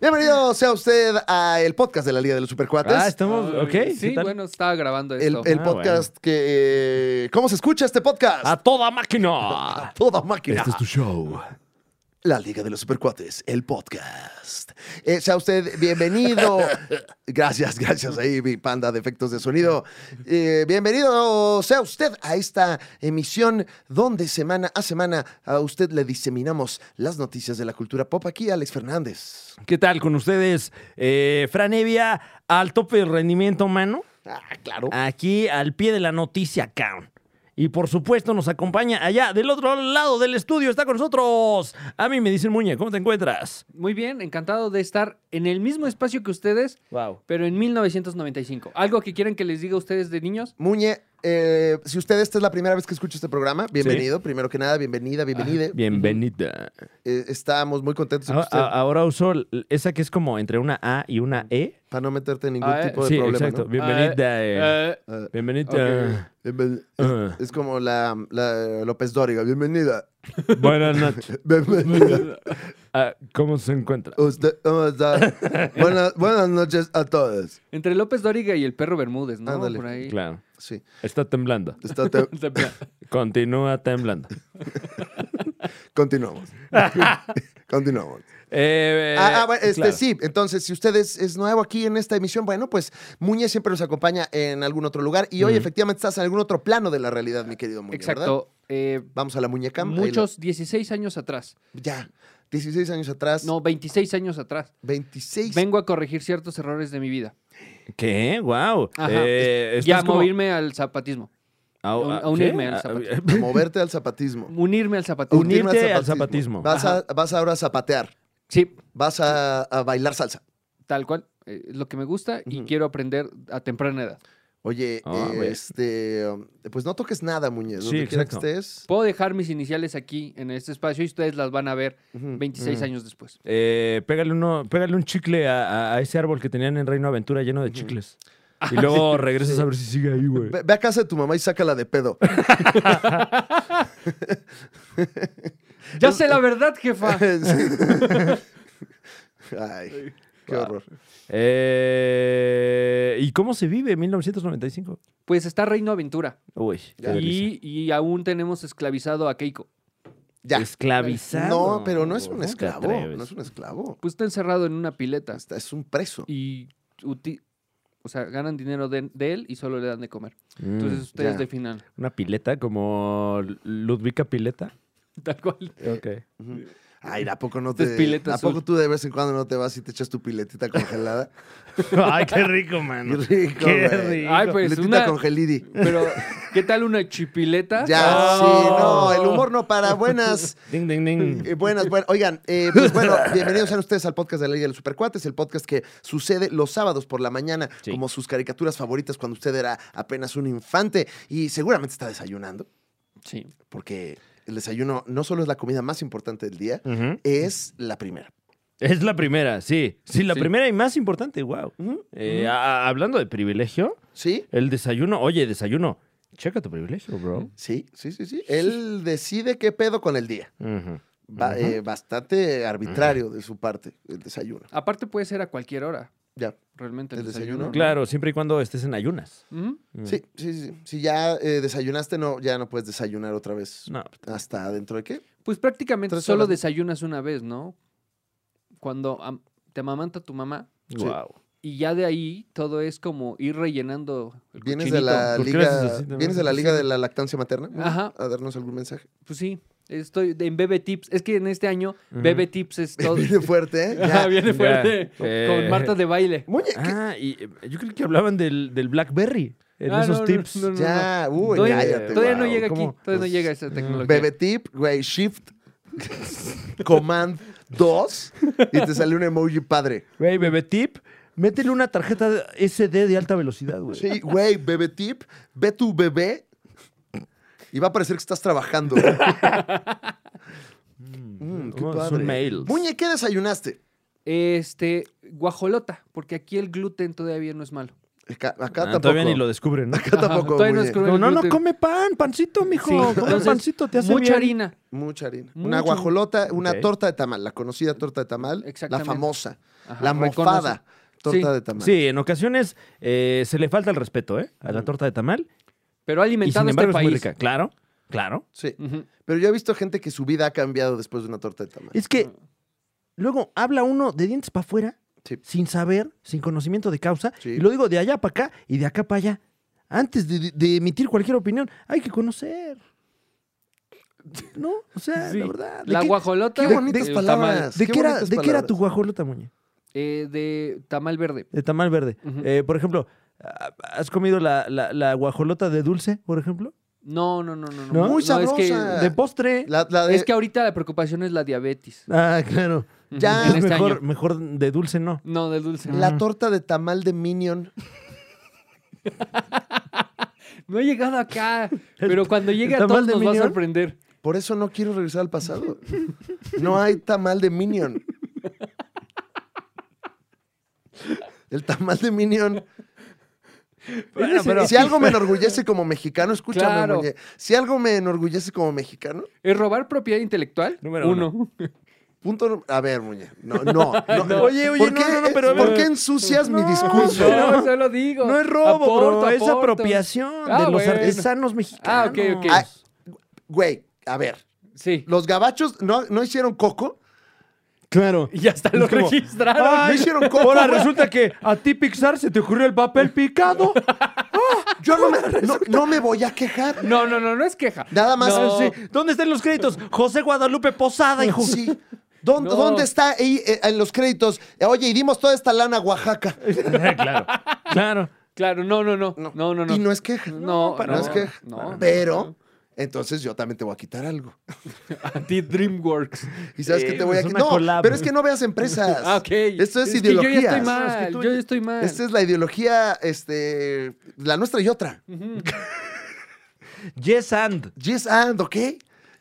Bienvenido sea usted a el podcast de la Liga de los Supercuates. Ah, estamos. Ay, ok. ¿qué Sí, tal? bueno, estaba grabando el esto. el Ah, podcast que... eh, ¿Cómo se escucha este podcast? A toda máquina. toda máquina. Este tu show. La Liga de los Supercuates, el podcast. Eh, sea usted bienvenido. gracias, gracias ahí, mi panda de efectos de sonido. Eh, bienvenido sea usted a esta emisión donde semana a semana a usted le diseminamos las noticias de la cultura pop. Aquí Alex Fernández. ¿Qué tal con ustedes? Eh, Fran Evia, al tope del rendimiento humano. Ah, claro. Aquí al pie de la noticia, Count. Y por supuesto, nos acompaña allá del otro lado del estudio. Está con nosotros. A mí me dicen Muñe, ¿cómo te encuentras? Muy bien, encantado de estar en el mismo espacio que ustedes, Wow. pero en 1995. ¿Algo que quieren que les diga a ustedes de niños? Muñe, eh, si usted esta es la primera vez que escucha este programa, bienvenido. Primero que nada, bienvenida, Ah, bienvenida. Bienvenida. Eh, estamos muy contentos de que A- usted, a- Ahora uso l- esa que es como entre una A y una E. para no meterte en ningún Ah, eh, tipo de sí, problema. exacto. ¿no? Bienvenida. eh. Eh, Eh, Bienvenida. bienven- eh. Es como la, la López Dóriga. Bienvenida. Buenas noches. Bienvenida. Ah, ¿Cómo se encuentra? Usted, ¿cómo está? Buenas, buenas noches a todos. entre López Dóriga y el perro Bermúdez, ¿no? Ándale. Por ahí. Claro. Sí. Está temblando. Está te- Continúa temblando. Ah, Continuamos. Continuamos. Eh, Ah, ah, bueno, este claro. sí. Entonces, si usted es, es nuevo aquí en esta emisión, bueno, pues Muñe siempre nos acompaña en algún otro lugar y hoy Ujú. efectivamente estás en algún otro plano de la realidad, mi querido Muñe. ¿verdad? Exacto. eh, Vamos a la muñeca. ahí muchos 16 años atrás. la- ya. 16 años atrás. No, 26 años atrás. 26. Vengo a corregir ciertos errores de mi vida. ¿Qué? ¡Wow! Ajá. Eh, Y a estás como- moverme al zapatismo. A, a ¿qué? Ah, unirme al A- zapatismo. A moverte al zapatismo. Unirme al zapatismo. Unir- Unirme Unirte al zapatismo. Vas, a- vas ahora a zapatear. Sí, Vas a, a bailar salsa. tal cual. eh, es lo que me gusta y Ujú. quiero aprender a temprana edad. Oye, Ah, eh, güey. este, um, pues no toques nada, Muñez. Sí, Donde quiera que exacto. estés. Puedo dejar mis iniciales aquí en este espacio y ustedes las van a ver Ujú. 26 Mm. años después. Eh, pégale, uno, pégale un chicle a, a- a ese árbol que tenían en Reino Aventura lleno de chicles. Y luego regresas a ver si sigue ahí, güey. Ah, Ve, ve a casa de tu mamá y sácala de pedo. Ya sé la verdad, jefa. Sí. Ay, qué horror. Eh, ¿Y cómo se vive 1995? Pues está Reino Aventura. Uy, qué delicia. Y, y aún tenemos esclavizado a Keiko. Ya. Esclavizado. No, pero no es un ¿Cómo te esclavo. atreves? No es un esclavo. Pues está encerrado en una pileta. Está- es un preso. Y uti- o sea, ganan dinero de, de él y solo le dan de comer. Mm, Entonces ustedes ya. definan. Una pileta como Ludvica Pileta. Tal cual. Ok. Ujú. Ay, ¿a poco no Esta te... es pileta ¿A azul. poco tú de vez en cuando no te vas y te echas tu piletita congelada? Ay, qué rico, Qué mano. rico, Qué güey. rico. Ay, pues Piletita una. ¿Ah? con gelidi. Pero, ¿qué tal una chipileta? Ya, Oh. sí, no, el humor no para buenas, Ding, ding, ding. eh, buenas, buenas. Oigan, eh, pues bueno, bienvenidos sean ustedes al podcast de la Liga de los Supercuates, el podcast que sucede los sábados por la mañana, Sí. como sus caricaturas favoritas cuando usted era apenas un infante y seguramente está desayunando, Sí. porque el desayuno no solo es la comida más importante del día, Ujú. es la primera. Es la primera, sí. Sí, la Sí. primera y más importante, wow. hablando de privilegio, ¿Sí? el desayuno, oye, desayuno, checa tu privilegio, bro. Sí, sí, sí, sí. Él decide qué pedo con el día. Ujú. Ba- Ujú. eh, bastante arbitrario de su parte, el desayuno. Aparte puede ser a cualquier hora, Ya. realmente. El, ¿El desayuno. desayuno? ¿no? Claro, siempre y cuando estés en ayunas. Ujú. Mm. Sí, sí, sí. Si ya eh, desayunaste, no, ya no puedes desayunar otra vez. No, ¿Hasta dentro de qué? Pues prácticamente Tres solo horas, ¿no? desayunas una vez, ¿no? Cuando am- te amamanta tu mamá Sí. wow. y ya de ahí todo es como ir rellenando el ¿Vienes de, cochinito. la ¿Por qué haces liga, así también? ¿Vienes de la liga de la lactancia materna? Ajá. A darnos algún mensaje. Pues sí, estoy de- en Bebe Tips. Es que en este año Ujú. Bebe Tips es todo. Viene fuerte, ¿eh? Ya. Ajá, Viene Ya. fuerte. Eh. Con Marta de baile. Muñe, ¿qué? Ah, y eh, yo creo que hablaban del, del Blackberry en Ah, esos no, no, tips. no, no, ya, uy, Todavía, cállate. todavía no guau. Pues, llega ¿cómo? aquí. Todavía no llega esa tecnología. Bebe tip, güey, shift, command 2 y te sale un emoji padre. Güey, bebé tip, métele una tarjeta de SD de alta velocidad, güey. Sí, güey, bebé tip, ve tu bebé y va a parecer que estás trabajando. Mm, qué Son padre. mails. Muñe, ¿qué desayunaste? Este, guajolota, porque aquí el gluten todavía no es malo. Acá, acá Ah, tampoco. todavía ni lo descubren, ¿no? Acá tampoco. muy Todavía bien. no descubren. Como, no, no gluten. come pan, pancito, mijo. Sí, Come entonces, pancito, te hace Mucha bien. harina. Mucha harina. Mucho. Una guajolota, una Ok. torta de tamal, la conocida torta de tamal, la Exactamente. famosa, Ajá, la reconoce. mofada torta Sí, de tamal. Sí, en ocasiones eh, se le falta el respeto, ¿eh? A la torta de tamal. Pero ha Y sin alimentado embargo este es muy país. rica. Claro, claro. Sí. Ujú. Pero yo he visto gente que su vida ha cambiado después de una torta de tamal. Es Mm. que luego habla uno de dientes para afuera, Sí. sin saber, sin conocimiento de causa, Sí. y lo digo de allá para acá y de acá para allá. Antes de, de emitir cualquier opinión, hay que conocer. ¿No? O sea, Sí. la verdad. ¿de La qué- guajolota. qué el bonitas tamal, palabras. ¿De qué, era, bonitas de qué era tu palabras. guajolota, Muñe? eh, de tamal verde. De tamal verde. Ujú. Eh, por ejemplo, ¿has comido la, la- la guajolota de dulce, por ejemplo? No, no, no, no. no. ¿No? Muy es que- sabrosa. Ah. De postre. La, la de- Es que ahorita la preocupación es la diabetes. Ah, claro. Ujú, Ya. en Es este mejor, año. mejor de dulce no. No, del dulce. la Ujú. torta de tamal de Minion. No he llegado acá. Pero cuando llegue a tamal todos de nos va a Minion? sorprender. Por eso no quiero regresar al pasado. No hay tamal de Minion. El tamal de Minion. Bueno, Oye, si- pero- si algo me enorgullece como mexicano, escúchame, Claro. Muñe. Si algo me enorgullece como mexicano, ¿Es robar propiedad intelectual? Número uno. punto. no- A ver, Muñe. No, no. no. Oye, oye, ¿Por no, qué- no, no, pero a ¿Por ver. qué ensucias mi No, discurso? pero- No, solo digo. No es robo, Aporto, bro, es aporto. apropiación Ah, de los bueno. artesanos mexicanos. Ah, ok, ok. Ah, Güey, a ver. Sí. Los gabachos no, no hicieron coco. Claro. Y hasta lo Es como, registraron. No hicieron coco. Ahora resulta que a ti, Pixar, se te ocurrió el papel picado. Yo no me, no- no me voy a quejar. No, no, no, no es queja. Nada más. Ah, No. Sí. ¿Dónde están los créditos? José Guadalupe Posada, hijo. Sí. ¿Dó- ¿Dónde, No. está ahí eh, en los créditos? Eh, Oye, y dimos toda esta lana a Oaxaca. claro, claro. Claro, no, no, no. No, no, no. Y no es queja. No, no, para es nada. queja. No. Pero, entonces yo también te voy a quitar algo. A ti DreamWorks. Y sabes Eh, que te voy a pues quitar. No, una collab. pero es que no veas empresas. Ah, ok. Esto es, que ideología. Yo ya estoy No, es que mal. tú- Yo ya estoy mal. Esta es la ideología, este, la nuestra y otra. Ujú. Yes and. Yes and, ¿ok?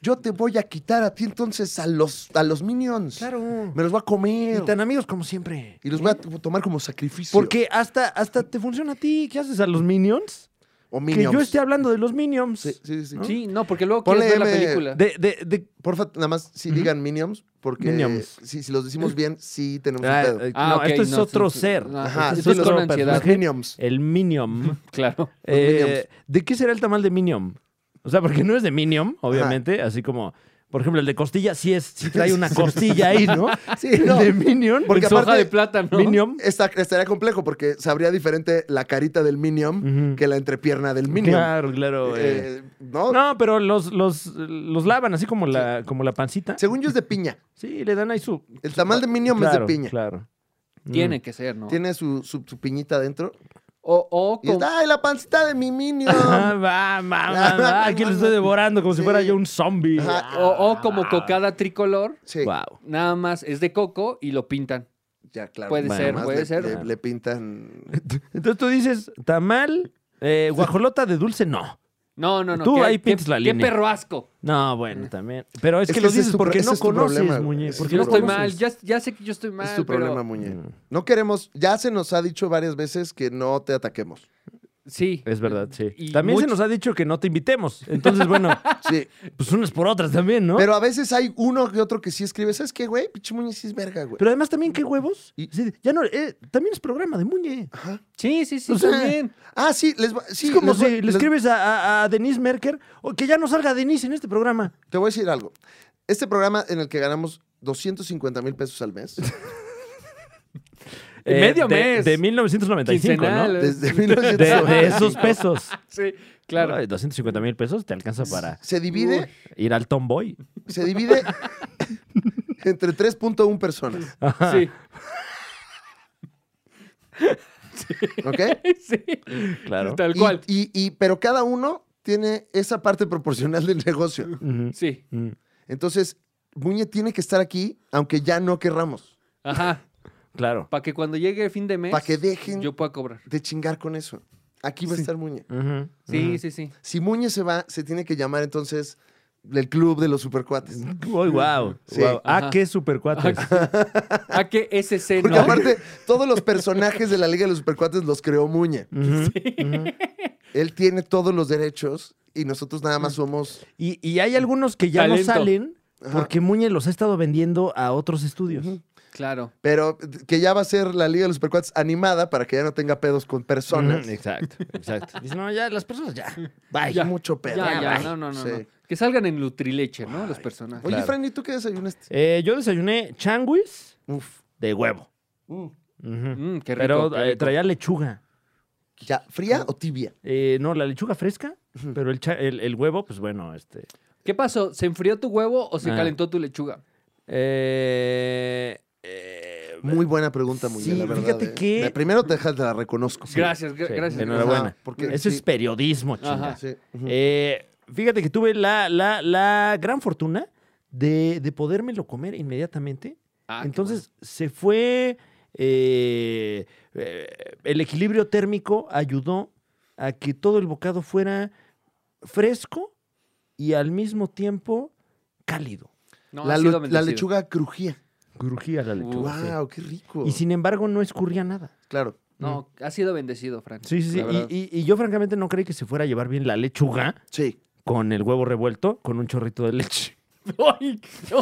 Yo te voy a quitar a ti entonces a los, a los minions. Claro. Me los voy a comer. Y Y, tan amigos como siempre. los voy a t- tomar como sacrificio. Porque hasta, hasta te funciona a ti. ¿Qué haces a los minions? O minions. Que yo esté hablando de los minions. Sí, sí, sí. Sí, no, porque luego Ponle quieres ver la M. película. De, de, de- Porfa, nada más, sí digan Minions, porque Minions. sí, si los decimos bien, sí tenemos Ah, un pedo. eh, no, ok, esto es otro sí, sí. ser. Ajá, Este esto es es con otro ansiedad. Los Minions. El minion. Claro. Eh, ¿De qué será el tamal de Minion? O sea, porque no es de Minion, obviamente, así como, por ejemplo, el de costilla sí es, sí trae una costilla ahí, ¿no? Sí, El no. de Minion. Porque Es hoja aparte- de plátano. Minion. Esta- estaría complejo porque sabría diferente la carita del Minion Ujú. que la entrepierna del Minion. Claro, claro. eh. Eh, ¿no? No, pero los, los, los lavan así como la, como la pancita. Según yo es de piña. Sí, le dan ahí su. El tamal de Minion es de Claro, piña. Claro. Mm. Tiene que ser, ¿no? Tiene su, su, su piñita adentro. O, o Y es, con- ¡ay, la pancita de mi Minion! Ah, va, va, va, va, Aquí lo estoy devorando como si Sí. fuera yo un zombie. Ah, Ajá. o- o como cocada tricolor. Sí, Wow. Nada más es de coco y lo pintan. ya, claro. Puede nada ser, más puede le- ser. Le, le pintan... Entonces tú dices, tamal, eh, guajolota de dulce, no. No, no, no. Tú ¿qué- ahí qué- pintas la qué línea. perro asco. No, bueno, también. Pero es, Eh. Es que, que lo ese es dices tu pro- porque ese no es tu conoces, problema, güey. Muñe. Ese Porque es Yo no tu estoy problema. mal. conoces. Ya, ya sé que yo estoy mal. es tu pero- problema, Muñe. Mm. No queremos... Ya se nos ha dicho varias veces que no te ataquemos. Sí. Es verdad, sí. Y también se mucho- nos ha dicho que no te invitemos. Entonces, bueno, Sí. pues unas por otras también, ¿no? Pero, Pero a veces hay uno que otro que sí escribe, ¿sabes qué, güey? Pinche Muñe sí es verga, güey. además también, ¿qué huevos? Y- Sí, ya no, eh, también es programa de Muñe. Ajá. Sí, sí, sí. O sea, también. Ah, sí, les va- sí, es como les si voy- le les- escribes a, a- a Denise Merker o que ya no salga Denise en este programa. Te voy a decir algo. Este programa en el que ganamos 250 mil pesos al mes, Eh, Medio de- mes. De 1995, ¿no? Quincenal. desde De, 1995, de esos pesos. Sí, claro. Ay, 250 mil pesos te alcanza para se divide, ir al Tomboy. se divide entre 3.1 personas, Ajá. Sí, ¿ok? sí. claro. Tal Y- cual. Y, y- pero cada uno tiene esa parte proporcional del negocio. Ujú. Sí. Mm. Entonces, Muñe tiene que estar aquí, aunque ya no querramos, Ajá. Claro. Para que cuando llegue el fin de mes. para que dejen Yo pueda cobrar. de chingar con eso. Aquí va a estar Muñe. Ujú, Sí, ujú. sí, sí. Si Muñe se va, se tiene que llamar entonces del club de los supercuates. Uy, wow. Sí. wow. Ah, Ajá. Ah, qué supercuates. ¿A qué SC Porque no? aparte, todos los personajes de la Liga de los Supercuates los creó Muñe. Ujú, ujú. Él tiene todos los derechos y nosotros nada más somos. Y, y hay algunos que ya Talento. no salen porque Muñe los ha estado vendiendo a otros estudios. Claro. Pero que ya va a ser la Liga de los Supercuates animada para que ya no tenga pedos con personas. Ujú, Exacto, exacto. Dice, no, ya, las personas ya. Bye. Hay mucho pedo. Mm, Ya, ya, Ay, no, no, no, sí. no. Que salgan en Lutrileche, ¿no? Los Ay. personajes. Oye, Claro. Fran, ¿y tú qué desayunaste? Eh, yo desayuné changuis Uf. de huevo. uh. Ujú. Mm, qué rico, Pero qué eh, rico. traía lechuga. ¿Ya fría o tibia? Eh, no, la lechuga fresca, pero el, cha- el- el huevo, pues bueno, este. ¿Qué pasó? ¿Se enfrió tu huevo o se Ah. calentó tu lechuga? eh, eh, Muy buena pregunta, Muñe, Sí, la verdad. fíjate eh. que- La- primero te dejas, te la reconozco. Gracias, gra- sí, gracias. Ah, enhorabuena. Ajá, porque Eso sí. es periodismo, chinga. Ajá. Sí. Ujú. Eh, fíjate que tuve la, la- la gran fortuna de, de podérmelo comer inmediatamente. Ah, qué Entonces se fue. eh, eh, el equilibrio térmico ayudó a que todo el bocado fuera fresco y al mismo tiempo cálido. bueno. No, la, ha lu- sido la bendecido. lechuga crujía. Crujía la lechuga, lechuga. ¡Wow! ¡Qué rico! Y sin embargo no escurría nada. Claro. No, mm. ha sido bendecido, Fran. Sí, sí, sí. La Y- verdad. Y, y yo francamente no creí que se fuera a llevar bien la lechuga Sí. con el huevo revuelto con un chorrito de leche. ¡Ay!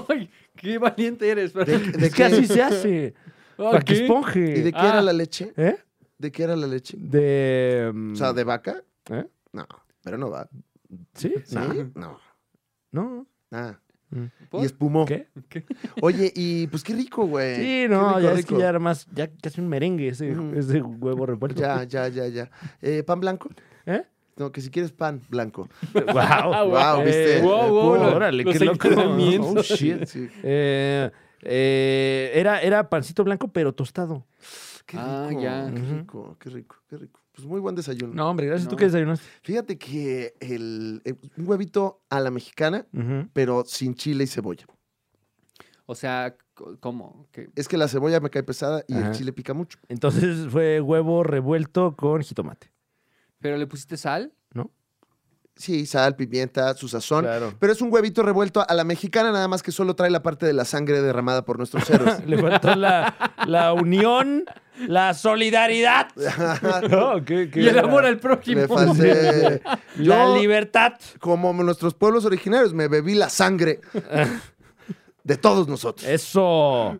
¡Ay! ¡Qué valiente eres, Fran! ¿De, de Es que así se hace. Ay, Para que ¿qué? esponje. ¿Y de qué Ah. era la leche? ¿Eh? ¿De qué era la leche? De. mm, O sea, ¿de vaca? ¿eh? Ah. No, pero no va. ¿Sí? ¿Sí? No. No. no. Ah. Mm. Y ¿Por? espumó. ¿Qué? Oye, y pues qué rico, güey. Sí, Qué no, rico, ya es rico. que ya era más. Ya casi un merengue ese, Ujú. ese huevo revuelto. Ya, ya, ya, ya. Eh, ¿Pan blanco? ¿Eh? No, que si quieres pan blanco. ¡Wow! Guau, ¿viste? Wow, wow, lo- eh, ¡Órale, los qué loco! entrenamientos. Oh, shit. Sí. Eh, eh, era, era pancito blanco, pero tostado. Qué rico, Ah, ya. qué Ujú. rico, qué rico, qué rico. Pues muy buen desayuno. No, hombre, gracias. ¿Tú No. qué desayunaste? Fíjate que el, eh, un huevito a la mexicana, Ujú. pero sin chile y cebolla. O sea, co- ¿cómo? ¿Qué? Es que la cebolla me cae pesada y Ajá. el chile pica mucho. Entonces fue huevo revuelto con jitomate. ¿Pero le pusiste sal? Sí, sal, pimienta, su sazón. Claro. Pero es un huevito revuelto a la mexicana, nada más que solo trae la parte de la sangre derramada por nuestros héroes. Le faltó la, la unión, la solidaridad. No, ¿qué- qué Y el era? amor al prójimo. Le pasé. La Yo, libertad. como nuestros pueblos originarios, me bebí la sangre de todos nosotros. Eso.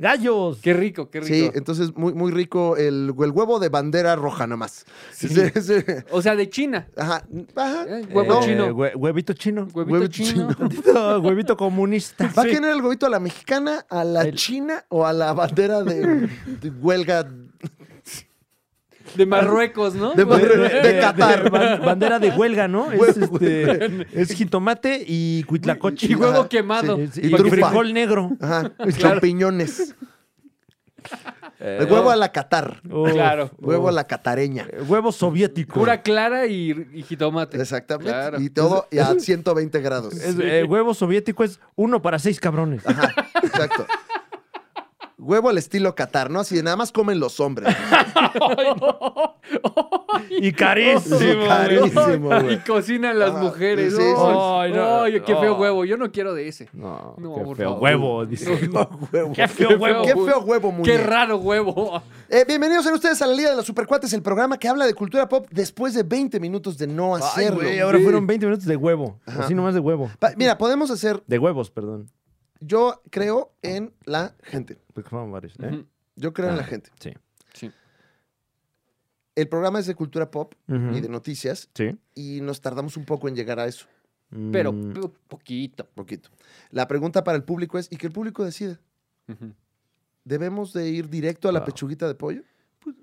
Gallos. Qué rico, Eh, qué rico. Sí, entonces muy, muy rico el, el huevo de bandera roja nomás. Sí, sí. O sea, de China. Ajá. Ajá. Eh, huevo Eh, chino. hue- huevito chino. Huevito, huevo chino. Huevito, huevito comunista. ¿Va a querer el huevito a la mexicana, a la El- china o a la bandera de, de huelga de, De Marruecos, ¿no? de- de Qatar? de- ban- bandera de huelga, ¿no? Es, Huevo. este, es jitomate y cuitlacoche. Y huevo Ajá, quemado. sí. Es- Y Y, trufa. frijol negro. Ajá, champiñones. Eh, El huevo a la Qatar. uf, Claro. uf. Huevo a la catareña. Oh. Eh, Huevo soviético. Cura clara y, y jitomate. Exactamente. Claro. Y todo y a 120 grados. Es- eh, huevo soviético es uno para seis cabrones. Ajá, exacto. Huevo al estilo Qatar, ¿no? Así de nada más comen los hombres. Y carísimo. Sí, carísimo, güey. Y cocinan las Ah, mujeres. sí, sí, sí. Ay, no. Ay, qué feo Oh. huevo. Yo no quiero de ese. No, No, qué por feo. favor. Huevo, dice. Huevo. Qué feo Qué huevo. Qué feo huevo, muñe. Qué raro huevo. Eh, bienvenidos a ustedes a la Liga de los Supercuates, el programa que habla de cultura pop después de 20 minutos de no Ay, hacerlo. güey, ahora fueron 20 minutos de huevo. Así nomás de huevo. Pa- Mira, podemos hacer, De huevos, perdón. yo creo en la gente. Porque fueron varios, ¿eh? Ujú. Yo creo en la gente. Sí. Sí. El programa es de cultura pop Ujú. y de noticias Sí. y nos tardamos un poco en llegar a eso, Pero Mm, po- poquito. poquito. La pregunta para el público es, ¿y que el público decida? ¿Debemos de ir directo a la Wow. pechuguita de pollo? Pues,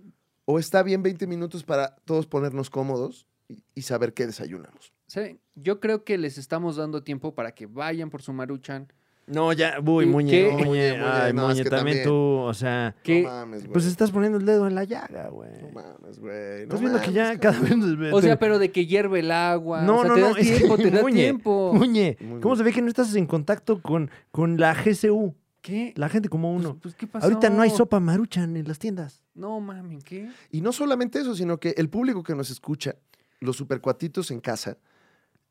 ¿O está bien 20 minutos para todos ponernos cómodos y, y saber qué desayunamos? ¿Saben? Yo creo que les estamos dando tiempo para que vayan por su maruchan. No, ya, uy, ¿Y Muñe, qué? Muñe, Muñe, Muñe, ay, no, Muñe, es que también también. tú, o sea, Que, No mames, güey. pues estás poniendo el dedo en la llaga, güey. No mames, güey. No Estás viendo que mames, ya cada cabrón. vez... o sea, pero de que hierve el agua. No, o sea, no, te no, da es que- tiempo, te da Muñe, tiempo. Muñe, Muy ¿cómo bien. se ve que no estás en contacto con, con la GCU? ¿Qué? La gente como Pues- uno. pues, ¿qué pasó? Ahorita no hay sopa maruchan en las tiendas. No, mami, ¿qué? Y no solamente eso, sino que el público que nos escucha, los supercuatitos en casa,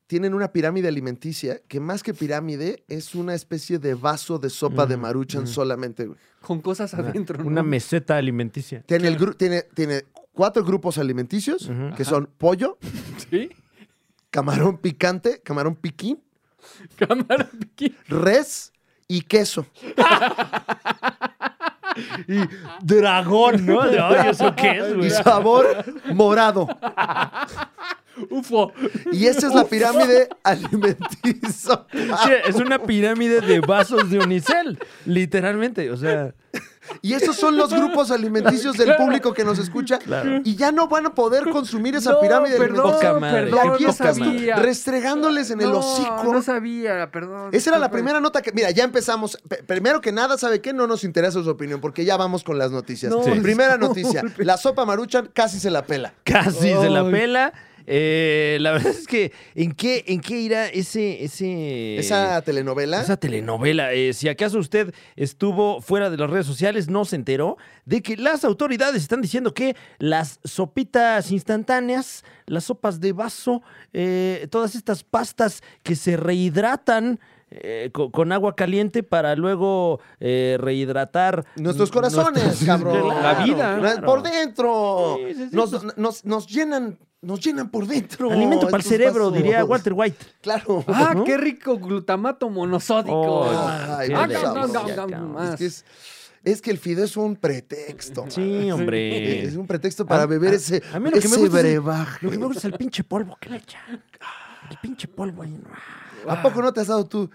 tienen una pirámide alimenticia que más que pirámide es una especie de vaso de sopa de Mm, maruchan mm. solamente. güey. Con cosas Una- adentro, ¿no? Una meseta alimenticia. Tiene, el gru- tiene, tiene cuatro grupos alimenticios Ujú. que Ajá. son pollo, ¿Sí? camarón picante, camarón piquín, Cámara piquín. res y queso. Y dragón, ¿no? De, Ay, ¿eso qué es, Y güey? sabor morado. Ufo. Y esa es la pirámide alimenticia. Sí, es una pirámide de vasos de unicel, literalmente. O sea, Y esos son los grupos alimenticios del público que nos escucha. Claro. Y ya no van a poder consumir esa pirámide perdón, alimenticia. Poca madre, Y perdón, aquí no estás tú sabía. restregándoles en el No, hocico. No sabía, Pues, perdón. Esa era la disculpa. primera nota que. Mira, ya empezamos. P- primero que nada, ¿sabe qué? No nos interesa su opinión, porque ya vamos con las noticias. No, Sí. Primera disculpe. noticia: la sopa maruchan casi se la pela. casi se la Ay. pela. Eh, la verdad es que, ¿en qué, en qué irá ese, ese... Esa telenovela. Esa telenovela, eh, si acaso usted estuvo fuera de las redes sociales, no se enteró de que las autoridades están diciendo que las sopitas instantáneas, las sopas de vaso, eh, todas estas pastas que se rehidratan eh, co- con, agua caliente para luego eh, rehidratar Nuestros corazones, nuestras- cabrón. La vida. Claro. Por dentro. Sí, sí, sí, nos, pues- nos- nos llenan. Nos llenan por dentro. Alimento para el estos cerebro, vasos. diría Walter White. Claro. Ah, ¿no? qué rico glutamato monosódico. Oh, Ay, qué ah, delicia, no, no, no, cabrón. no, no. Es que, es, es que el fideo es un pretexto. Sí, hombre. Es un pretexto para A- beber a- ese, a mí lo que me ese gusta es el- brebaje. Lo que me gusta es el pinche polvo que le echan. El pinche polvo ahí. no. ¿A poco Ah. no te has dado tú,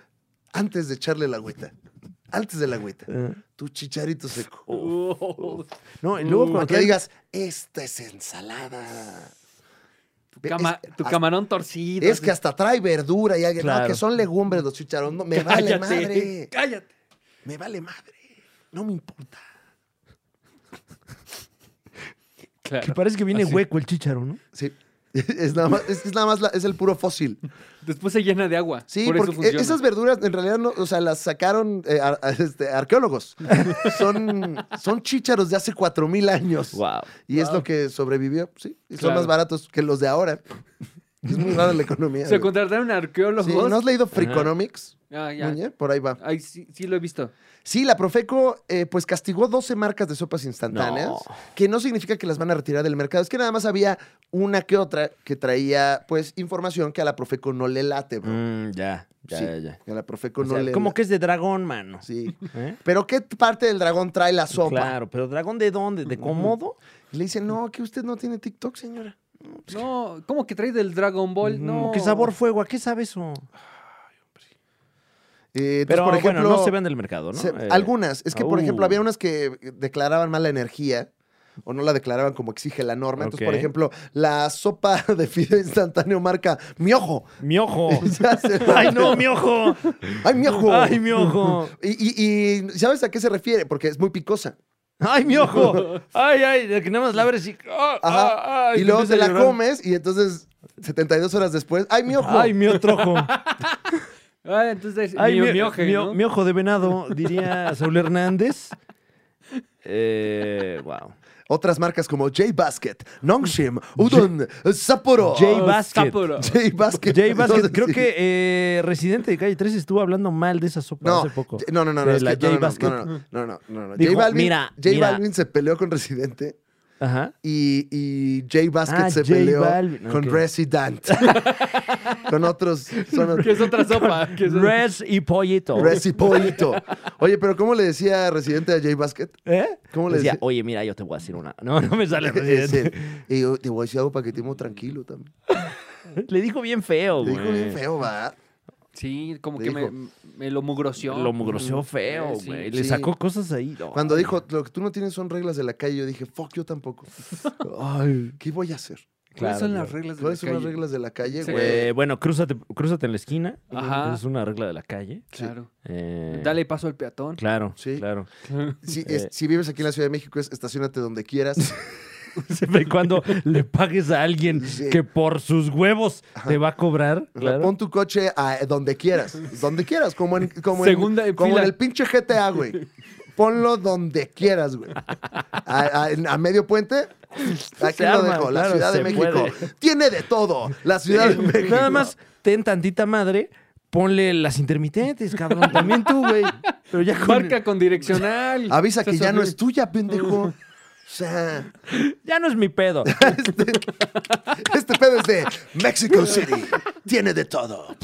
antes de echarle la agüita, antes de la agüita, Eh. tu chicharito seco? Oh, No, y luego Para cuando que traen- digas, esta es ensalada. tu, cama- es- tu as- camarón torcido. Es así. que hasta trae verdura y alguien. No, Claro. que son legumbres los chicharrones. No, me Cállate, vale madre. Cállate. Me vale madre. No me importa. Que Claro. parece que viene Así. hueco el chícharo, ¿no? Sí. Es nada más, es, que es nada más la- es el puro fósil. Después se llena de agua. Sí, por porque eso funciona. esas verduras en realidad no, o sea, las sacaron eh, ar- a- este, arqueólogos. son, son chícharos de hace 4000 años. Wow. Y es lo que sobrevivió, sí. Y son Claro. más baratos que los de ahora. Es muy rara la economía. Se güey. contrataron Sí, arqueólogos. ¿No has leído Freakonomics? Ah, ya. Muñe? Por ahí va. Ay, sí, sí lo he visto. Sí, la Profeco eh, pues castigó 12 marcas de sopas instantáneas, No. que no significa que las van a retirar del mercado, es que nada más había una que otra que traía pues información que a la Profeco no le late, bro. ya, Mm, ya, Sí, ya, ya. Que a la Profeco O no sea, le como que es de dragón, mano. Sí. ¿Eh? Pero ¿qué parte del dragón trae la sopa? Claro, pero dragón de dónde? ¿De Comodo? Le dice, "No, que usted no tiene TikTok, señora." Pues No, ¿cómo que traes del Dragon Ball? No. ¿Qué sabor fuego? ¿A qué sabe eso? Eh, entonces, Pero por ejemplo, bueno, no se ven del mercado, ¿no? se- Eh, algunas, es que por ejemplo uh. había unas que declaraban mala energía o no la declaraban como exige la norma. Entonces, por Ok. ejemplo, la sopa de fideo instantáneo marca Miojo. Mi ojo. Ya se la- Ay, no, mi ojo. ¡Ay, mi ojo! Ay, mi ojo. Y, y- y ¿sabes a qué se refiere? Porque es muy picosa. Ay, mi ojo. Ay, ay, de que nada más la abres y. ah, ah, Ajá. ay, y luego empieza te a la llorar. comes y entonces 72 horas después, ¡ay, mi ojo! Ay, mi otro ojo. Ah, entonces, Ay, mi, mi, mioje, mi- ¿no? mi ojo de venado, diría Saúl Hernández. Eh, wow. Otras marcas como J-Basket, Nongshim, Udon, Sapporo. Oh, J- Basket. Sapporo. J-Basket. Jay Vázquez, Entonces, creo sí. que eh, Residente de Calle 3 estuvo hablando mal de esa sopa No, hace poco. J- no, no, no, no, De es la que- no, no, J no, Basket. no, no, no, no, no, no. Dijo, J Balvin, mira, J mira. Balvin se peleó con Residente Ajá. y, y J Basket Ah, se J peleó Balvin, con ok. Resident. con otros, son Que es otra sopa. que es- Res y Pollito. Recipollito. Oye, pero ¿cómo le decía Residente a J Basket? ¿Eh? ¿Cómo le Decía, decía? oye, mira, yo te voy a decir una. No, no me sale Ese. Residente. Y yo te voy a decir algo para que estemos tranquilo también. Le dijo bien feo, Le Oh, güey. dijo bien feo, va. Sí, como Le que dijo. me, me lo mugroció. Mm. Eh, Lo mugroseó feo, Sí, güey. sí. Le Mm, sí. sacó cosas ahí. No. Cuando dijo, lo que tú no tienes son reglas de la calle, yo dije, fuck, yo tampoco. Ay, ¿Qué voy a hacer? claro, ¿Cuáles son claro. las reglas de la ¿Cuáles son las calle? reglas de la calle, Sí. güey? Eh, bueno, crúzate, crúzate en la esquina. Ajá. Esa Es una regla de la calle. Claro. Eh, Dale paso al peatón. Claro, Sí. claro. Si, es- Eh. si vives aquí en la Ciudad de México, es estacionate donde quieras. Siempre y cuando le pagues a alguien Sí. que por sus huevos te va a cobrar. Claro. Pon tu coche a eh, donde quieras. Donde quieras, como en, como en- Segunda en como fila. en el pinche GTA, güey. Ponlo donde quieras, güey. A, a- en- a medio puente. Aquí Se lo arma, dejo, la claro, Ciudad de se México. puede. Tiene de todo, la Ciudad de México. Nada más ten tantita madre, ponle las intermitentes, cabrón. También tú, güey. Pero ya con- Marca con direccional. Avisa Se que ya no sobre- es tuya, pendejo. O sea, Ya no es mi pedo. este, este pedo es de Mexico City. Tiene de todo.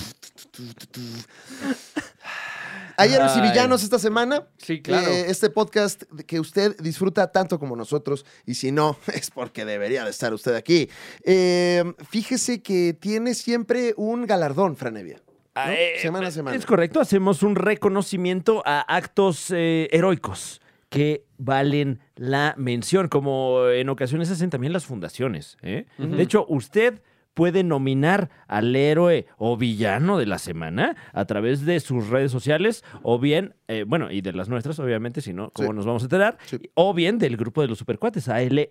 Hay héroes y Ay. villanos esta semana. Sí, claro. Eh, este podcast que usted disfruta tanto como nosotros, y si no, es porque debería de estar usted aquí. Eh, fíjese que tiene siempre un galardón, Franevia. Ah, eh, Semana a semana. Es correcto, hacemos un reconocimiento a actos eh, heroicos que valen la mención, como en ocasiones hacen también las fundaciones. ¿eh? Ujú. De hecho, usted puede nominar al héroe o villano de la semana a través de sus redes sociales o bien, eh, bueno, y de las nuestras, obviamente, si no, ¿cómo Sí. nos vamos a enterar? Sí. O bien del grupo de los supercuates, ALV.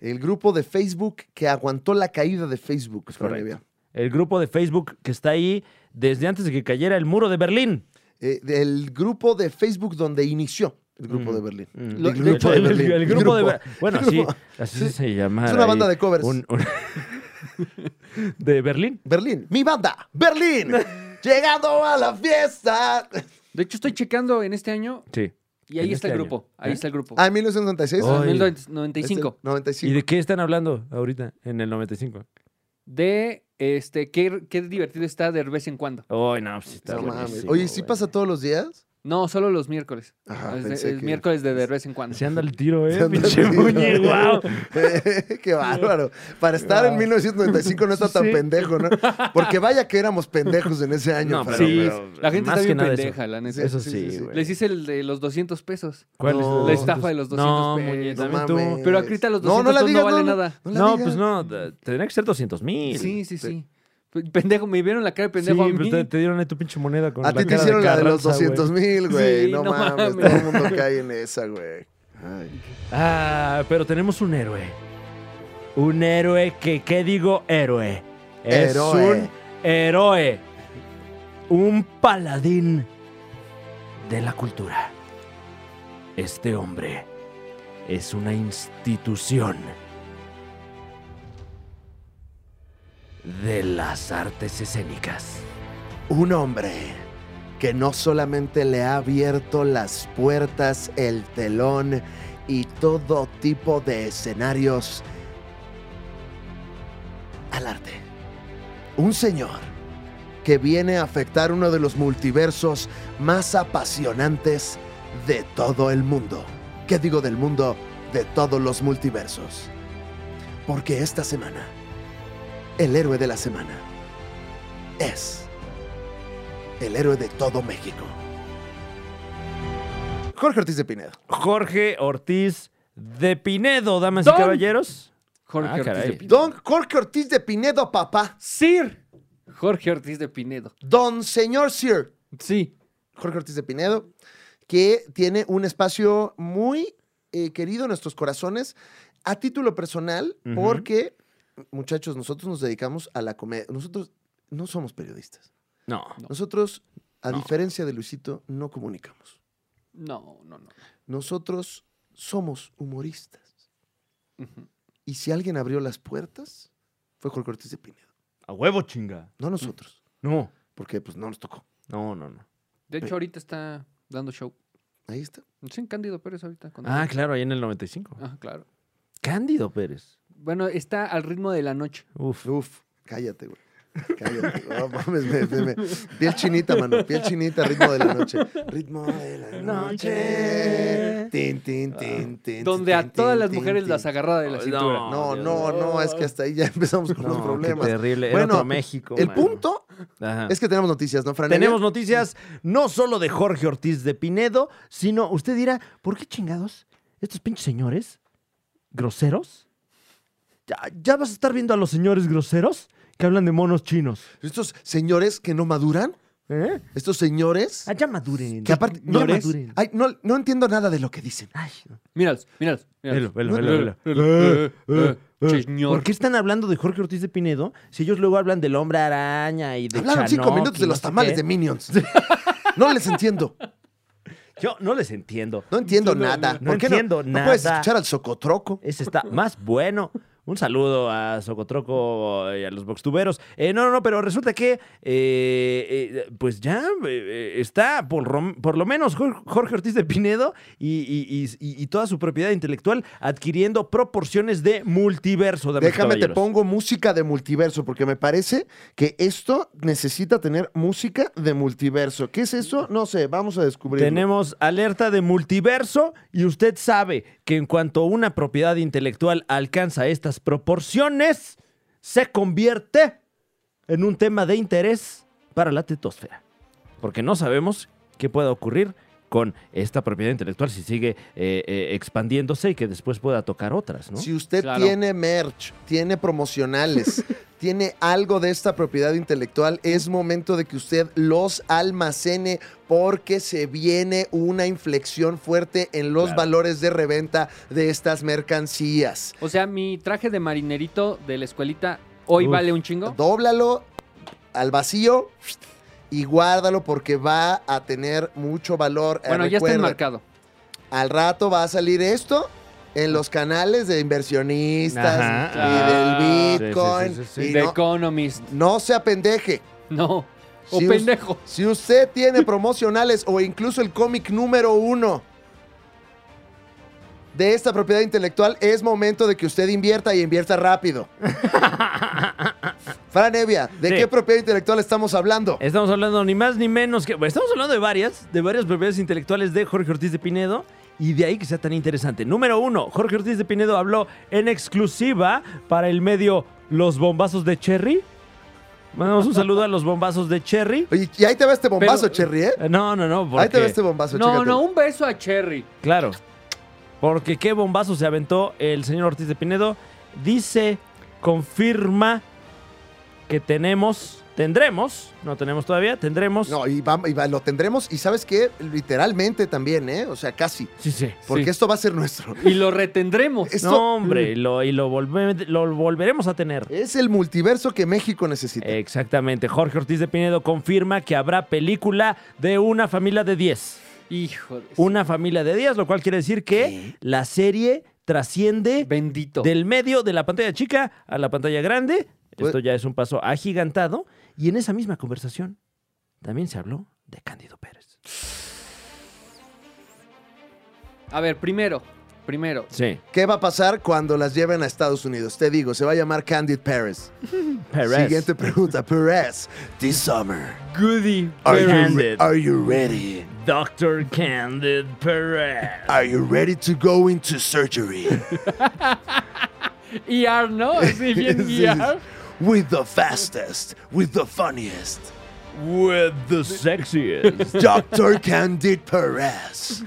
El grupo de Facebook que aguantó la caída de Facebook, Es correcto. Franevia. El grupo de Facebook que está ahí desde antes de que cayera el muro de Berlín. Eh, del grupo de Facebook donde inició el grupo Mm. de Berlín. Mm. Lo- El de hecho, grupo de el- Berlín. el El grupo de grupo. Berlín. Bueno, El así, grupo. así se llama. Es una banda de covers. de Berlín. Berlín, mi banda, Berlín, llegando a la fiesta. De hecho, estoy checando en este año Sí. y ahí En está este año. el grupo. Ahí ¿Eh? está el grupo. Ah, 1996. Oh, Ah, Ay. 1995. 95. ¿Y de qué están hablando ahorita en el 95? De este, qué, qué divertido está de vez en cuando. Ay, no, pues está No mames. buenísimo, Oye, ¿sí güey. pasa todos los días? No, solo los miércoles. Ajá, Es de- pensé es que- miércoles de de vez en cuando. Se anda el tiro, Se ¿eh? anda el Pinche tiro. muñe, guau. Qué bárbaro. Para estar en Wow. 1995 no está tan Ah. Sí. pendejo, ¿no? Porque vaya que éramos pendejos en ese año. No, Fran, sí, pero- pero la gente más está que bien nada eso. pendeja, la neta. Eso Sí, sí, sí. sí, güey. Les hice el de los 200 pesos. ¿Cuál es No. el- La estafa de los 200 No, pesos. muñe, No también tú. mames. Pero ahorita los No, 200 no no, la digas, no valen no, nada. No, la No, digas. pues no, da- tendría que ser 200 mil. pues Sí, sí, sí. Pendejo, me vieron la cara de pendejo a mí. te, te dieron ahí tu pinche moneda con A ti la te cara hicieron la de los Carranza, güey. 200 mil, güey. Sí, no, no mames, mames. todo el mundo cae en esa, güey. Ay. Ah, pero tenemos un héroe. Un héroe que, ¿qué digo héroe? Es Héroe. un héroe. Un paladín de la cultura. Este hombre es una institución de las artes escénicas. Un hombre que no solamente le ha abierto las puertas, el telón y todo tipo de escenarios al arte. Un señor que viene a afectar uno de los multiversos más apasionantes de todo el mundo. ¿Qué digo del mundo? De todos los multiversos. Porque esta semana, el héroe de la semana es el héroe de todo México. Jorge Ortiz de Pinedo. Jorge Ortiz de Pinedo, damas Don. y caballeros. Jorge Ah, Ortiz caray. de Pinedo. Don Jorge Ortiz de Pinedo, papá. Sir. Jorge Ortiz de Pinedo. Don señor Sir Sí. Jorge Ortiz de Pinedo, que tiene un espacio muy eh, querido en nuestros corazones a título personal, Ujú. porque, muchachos, nosotros nos dedicamos a la comedia. Nosotros no somos periodistas. No. Nosotros, a No. diferencia de Luisito, no comunicamos. No, no, no. Nosotros somos humoristas. Ujú. Y si alguien abrió las puertas, fue Jorge Ortiz de Pinedo. A huevo chinga. Mm. No nosotros. No. Porque pues no nos tocó. No, no, no. De Pe- hecho, ahorita está dando show. Ahí está. Sí, en Cándido Pérez ahorita. con- Ah, claro, ahí en el 95. Ah, claro. Cándido Pérez. Bueno, está al ritmo de la noche. Uf. Uf, cállate, güey. Cállate. No mames, me, me- me- Piel chinita, mano. Piel chinita, ritmo de la noche. Ritmo de la noche. Noche. Tin, tin, tin, tin, Donde tin, a tin, todas las tin, mujeres tin. las agarraba de la Ay, cintura. No, Dios. no, no, es que hasta ahí ya empezamos con los No, problemas. Qué terrible. Era Bueno, otro México. El mano. punto Ah. Ajá. es que tenemos noticias, ¿no, Fran? Tenemos noticias no solo de Jorge Ortiz de Pinedo, sino usted dirá, ¿por qué chingados estos pinches señores groseros? ¿Ya, ya vas a estar viendo a los señores groseros que hablan de monos chinos? Estos señores que no maduran, ¿Eh? estos señores Ah, ya maduren. que aparte no, ya señores. maduren. ay, no, no entiendo nada de lo que dicen. Ay, no. Míralos, míralos. míralos. Velo, velo, No, velo, no, velo. no, no, Eh, no, eh, eh. señor. ¿Por qué están hablando de Jorge Ortiz de Pinedo si ellos luego hablan del hombre araña y de Hablaron cinco Chanok minutos y de no los sé tamales qué? de Minions. No les entiendo. Yo no les entiendo. No entiendo No, no, nada. no ¿Por qué no- entiendo No puedes nada. escuchar al Socotroco. Ese está más bueno. Un saludo a Socotroco y a los boxtuberos. Eh, no, no, no, pero resulta que, eh, eh, pues ya eh, eh, está por, rom- por lo menos Jor- Jorge Ortiz de Pinedo y, y- y- y- y toda su propiedad intelectual adquiriendo proporciones de multiverso. damas y Déjame, te caballeros. pongo música de multiverso, porque me parece que esto necesita tener música de multiverso. ¿Qué es eso? No sé, vamos a descubrirlo. Tenemos alerta de multiverso y usted sabe que en cuanto una propiedad intelectual alcanza estas proporciones, se convierte en un tema de interés para la tetosfera. Porque no sabemos qué pueda ocurrir con esta propiedad intelectual si sigue eh, eh, expandiéndose y que después pueda tocar otras, ¿no? Si usted Claro. tiene merch, tiene promocionales, tiene algo de esta propiedad intelectual, es momento de que usted los almacene porque se viene una inflexión fuerte en los Claro. valores de reventa de estas mercancías. O sea, mi traje de marinerito de la escuelita hoy Uf. Eh, vale un chingo. Dóblalo al vacío y guárdalo porque va a tener mucho valor. Eh, Bueno, ya está recuerda, enmarcado. Al rato va a salir esto en los canales de inversionistas Ajá, y ah. del Sí, sí, Bitcoin. sí, sí, y sí. The no- Economist. No se apendeje. No. O Sí, us- pendejo. Si usted tiene promocionales o incluso el cómic número uno de esta propiedad intelectual, es momento de que usted invierta y invierta rápido. Fran Evia, ¿de Sí. qué propiedad intelectual estamos hablando? Eh, Estamos hablando ni más ni menos que. Estamos hablando de varias, de varias propiedades intelectuales de Jorge Ortiz de Pinedo. Y de ahí que sea tan interesante. Número uno, Jorge Ortiz de Pinedo habló en exclusiva para el medio Los Bombazos de Cherry. Mandamos un saludo a los bombazos de Cherry. Oye, y ahí te va este bombazo, Pero- Cherry, ¿eh? Eh, No, no, no. Ahí te va Porque, este bombazo, No, chécatelo. no, uh. un beso a Cherry. claro. Porque qué bombazo se aventó el señor Ortiz de Pinedo. Dice, confirma que tenemos, tendremos, no tenemos todavía, tendremos. No, y, va- y va- lo tendremos, y sabes qué, literalmente también, ¿eh? O sea, casi, Sí, sí. porque Sí. esto va a ser nuestro. Y lo retendremos. Esto No, hombre, y lo, y lo, volve- lo volveremos a tener. es el multiverso que México necesita. Exactamente. Jorge Ortiz de Pinedo confirma que habrá película de una familia de 10. Hijo de... Una familia de 10, lo cual quiere decir que la serie trasciende Bendito. del medio de la pantalla chica a la pantalla grande. Pues- Esto ya es un paso agigantado. Y en esa misma conversación también se habló de Cándido Pérez. A ver, primero. Primero. Sí. ¿Qué va a pasar cuando las lleven a Estados Unidos? Te digo, se va a llamar Candid Paris. Pérez. Siguiente pregunta, Perez. This summer, Goody. are you, Candid. are you ready? Doctor Candid Pérez. Are you ready to go into surgery ER, ¿no? Así bien Sí, sí, ER. with the fastest, with the funniest, With the sexiest. Dr. Candid Perez?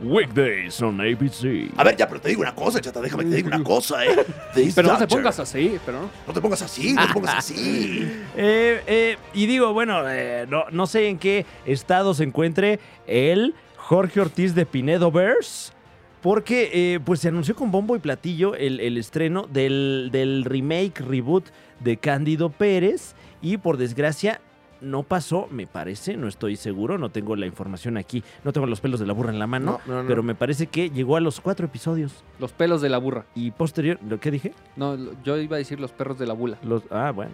Weekdays on ABC. A ver, ya, pero te digo una cosa, chata, déjame que te diga una cosa, ¿eh? This Pero no te doctor- pongas Ah. así, pero no. No te pongas así, no te pongas así. Eh, eh, y digo, bueno, eh, no, no sé en qué estado se encuentre el Jorge Ortiz de Pinedo Verse. Porque eh, pues se anunció con bombo y platillo el, el estreno del, del remake, reboot de Cándido Pérez. Y por desgracia no pasó, me parece, no estoy seguro, no tengo la información aquí, no tengo los pelos de la burra en la mano, No, no, no. pero me parece que llegó a los cuatro episodios. Los pelos de la burra. Y posterior, ¿lo que dije? No, lo- yo iba a decir los perros de la bula. Los, ah, bueno.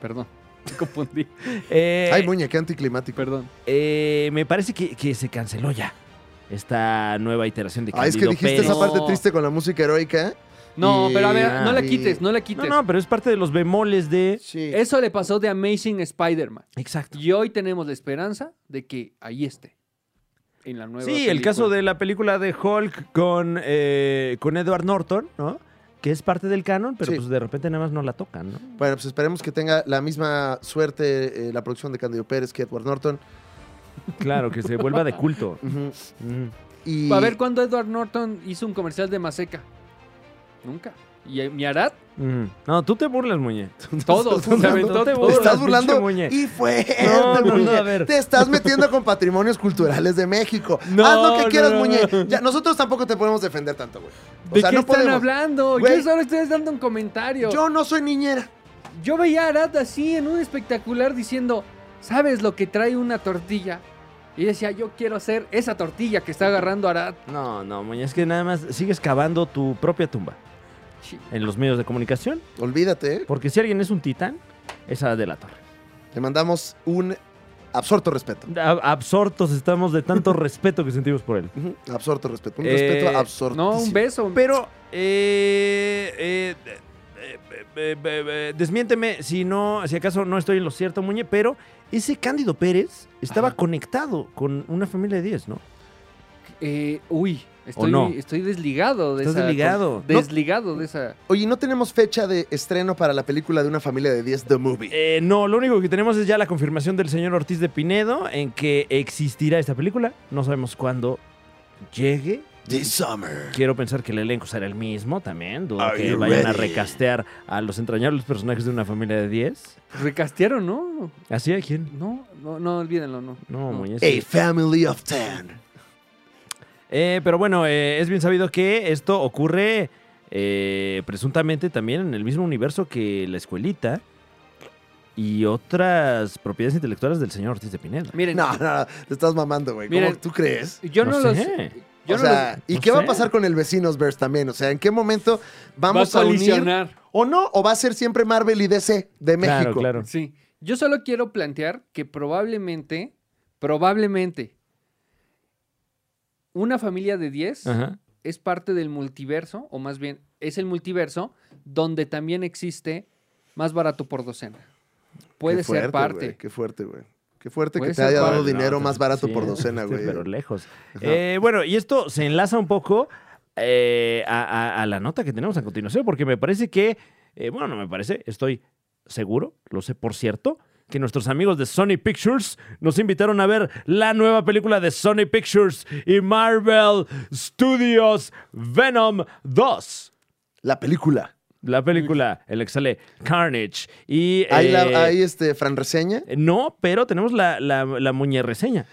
Perdón. Me confundí. Eh, Ay, muñeca anticlimático. Perdón. Eh, me parece que, que se canceló ya esta nueva iteración de Ah, es Cándido que dijiste Pérez. esa parte No. triste con la música heroica. ¿eh? No, Y- pero a ver, no la y- quites, no la No, quites. no, pero es parte de los bemoles de... Sí. Eso le pasó de Amazing Spider-Man. Exacto. Y hoy tenemos la esperanza de que ahí esté. En la nueva. Sí, el película. caso de la película de Hulk con, eh, con Edward Norton, ¿no? Que es parte del canon, pero Sí. pues de repente nada más no la tocan, ¿no? Bueno, pues esperemos que tenga la misma suerte eh, la producción de Candido Pérez que Edward Norton. Claro, que se vuelva de culto. Mm. Y A ver cuándo Edward Norton hizo un comercial de Maseca. Nunca. Y eh, mi Arad, Mm. No, tú te burlas, muñe. todo. Estás se aventó burlando, te todo. te burlas. estás pinche burlando muñe. y fue No, este, no, no, muñe. a ver. te estás metiendo con patrimonios culturales de México No, haz lo que no, quieras no, muñe no. ya nosotros tampoco te podemos defender tanto güey o ¿De sea qué no están podemos hablando? Güey. Yo solo estoy dando un comentario. yo no soy niñera Yo veía a Arad así en un espectacular diciendo, ¿sabes lo que trae una tortilla? Y decía, yo quiero hacer esa tortilla que está agarrando Arad. No, no, muñe, es que nada más sigues cavando tu propia tumba. Sí. en los medios de comunicación, Olvídate, ¿eh? porque si alguien es un titán, es a De la Torre. Le mandamos un absorto respeto. A- Absortos estamos de tanto respeto que sentimos por él. Ujú, Absorto respeto. Un Eh, respeto absorto. No, un beso. un- Pero, eh, eh, eh, eh, eh, eh, eh, desmiénteme si no, si acaso no estoy en lo cierto, Muñe, pero ese Cándido Pérez estaba Ajá. conectado con una familia de 10, ¿no? Eh, uy, estoy, no? estoy desligado de Estás esa. desligado. con- Desligado de esa. Oye, ¿no tenemos fecha de estreno para la película de una familia de 10, The Movie? Eh, no, lo único que tenemos es ya la confirmación del señor Ortiz de Pinedo en que existirá esta película. No sabemos cuándo llegue. This summer. Quiero pensar que el elenco será el mismo también. Dudo Are que you vayan a ready? recastear a los entrañables personajes de una familia de 10. Recastearon, ¿no? ¿Así a quién? No, no, no, olvídenlo, no. No, Muñe. Pues sí. A family of 10. Eh, pero bueno, eh, es bien sabido que esto ocurre eh, presuntamente también en el mismo universo que la escuelita y otras propiedades intelectuales del señor Ortiz de Pinedo. Miren, No, no, no, te estás mamando, güey. ¿Cómo Miren. tú crees? yo no, no los. sé. Yo o no sea, los. ¿y no qué va a sé. pasar con el vecinosverse también? O sea, ¿en qué momento vamos va a, unir? colisionar. ¿O no? ¿O va a ser siempre Marvel y DC de México? Claro, claro. Sí. Yo solo quiero plantear que probablemente, probablemente, una familia de 10 Ajá. es parte del multiverso, o más bien, es el multiverso donde también existe más barato por docena. Puede Qué fuerte, ser parte. güey, qué fuerte, güey. Qué fuerte Puede que te ser haya dado parte. dinero No, más barato sí, por ¿eh? docena, Este, güey. Pero lejos. Ajá. Eh, bueno, y esto se enlaza un poco eh, a, a- a la nota que tenemos a continuación, porque me parece que, eh, bueno, no me parece, estoy seguro, lo sé por cierto, que nuestros amigos de Sony Pictures nos invitaron a ver la nueva película de Sony Pictures y Marvel Studios Venom 2. La película. La película en la que sale Carnage. Y, ¿Hay, la- eh, hay, este, Fran Reseña? No, pero tenemos la, la, la muñe reseña.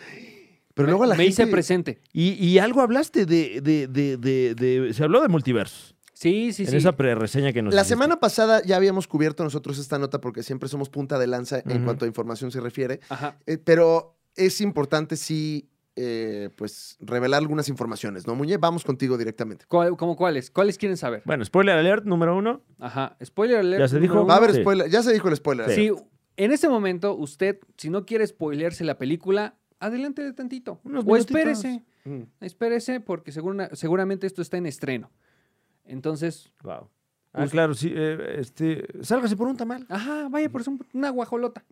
Pero Me- luego la me gente... hice presente. Y, y algo hablaste de, de- de- de- de- Se habló de multiversos. Sí, sí, en sí. esa pre-reseña que nos La hiciste. semana pasada ya habíamos cubierto nosotros esta nota porque siempre somos punta de lanza en Ujú. cuanto a información se refiere. Ajá. Eh, pero es importante sí, eh, pues, revelar algunas informaciones, ¿no, Muñe? Vamos contigo directamente. ¿Cuál- ¿Cómo cuáles? ¿Cuáles quieren saber? Bueno, spoiler alert número uno. Ajá. Spoiler alert. Ya se dijo. número Va a haber Sí. spoiler. Ya se dijo el spoiler. uno. Sí, en este momento, usted, si no quiere spoilearse la película, adelante de tantito. Unos o minutitos. espérese. Mm. Espérese, porque segura- seguramente esto está en estreno. Entonces, Wow. Ah, Us- claro, sí. eh, este, sálgase por un tamal. ajá, vaya por un- una guajolota.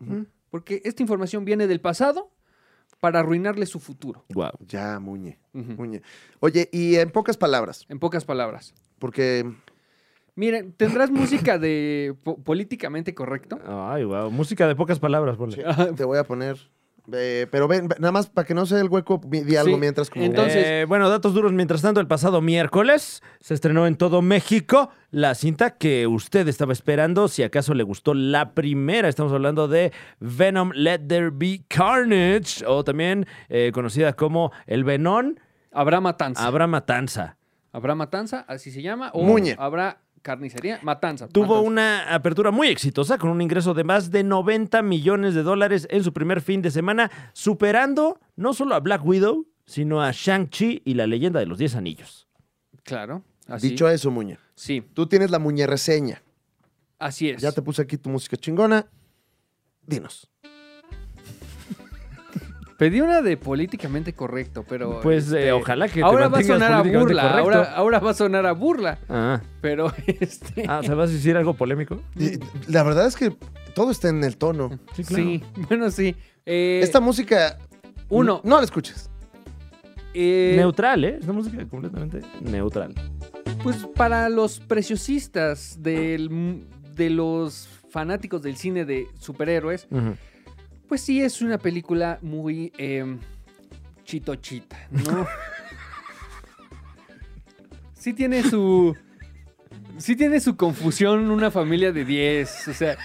Porque esta información viene del pasado para arruinarle su futuro. Wow. Ya, Muñe. Ujú. Muñe. Oye, y en pocas palabras, En pocas palabras. porque Miren, ¿tendrás música de po- políticamente correcto? Ay, wow. Música de pocas palabras, ponle. te voy a poner... eh, pero ven, ve- nada más para que no sea el hueco, di di algo Sí, mientras como... entonces- Eh, bueno, datos duros. Mientras tanto, el pasado miércoles se estrenó en todo México la cinta que usted estaba esperando. Si acaso le gustó la primera, estamos hablando de Venom Let There Be Carnage, o también eh, conocida como El Venón Habrá matanza. Habrá Matanza. Habrá matanza, así se llama. O Muñe. habrá carnicería. Matanza. Tuvo matanza. una apertura muy exitosa con un ingreso de más de 90 millones de dólares en su primer fin de semana, superando no solo a Black Widow, sino a Shang-Chi y la leyenda de los 10 anillos. Claro. Así. Dicho eso, Muñe, Sí, tú tienes la Muñe reseña. así es. Ya te puse aquí tu música chingona. Dinos. Pedí una de políticamente correcto, pero... Pues eh, este, ojalá que te Ahora va a mantengas sonar a políticamente burla. correcto. Ahora, ahora va a sonar a burla. Ah, Pero este... ah, ¿o sea, vas a decir algo polémico? Y La verdad es que todo está en el tono. Sí, bueno, sí. Eh, Esta música. uno. No la escuches. eh, Neutral, ¿eh? Es una música completamente neutral. Pues para los preciosistas del, m- de los fanáticos del cine de superhéroes, Ujú. pues sí es una película muy em, chitochita, ¿no? sí tiene su... Sí tiene su confusión una familia de 10, o sea...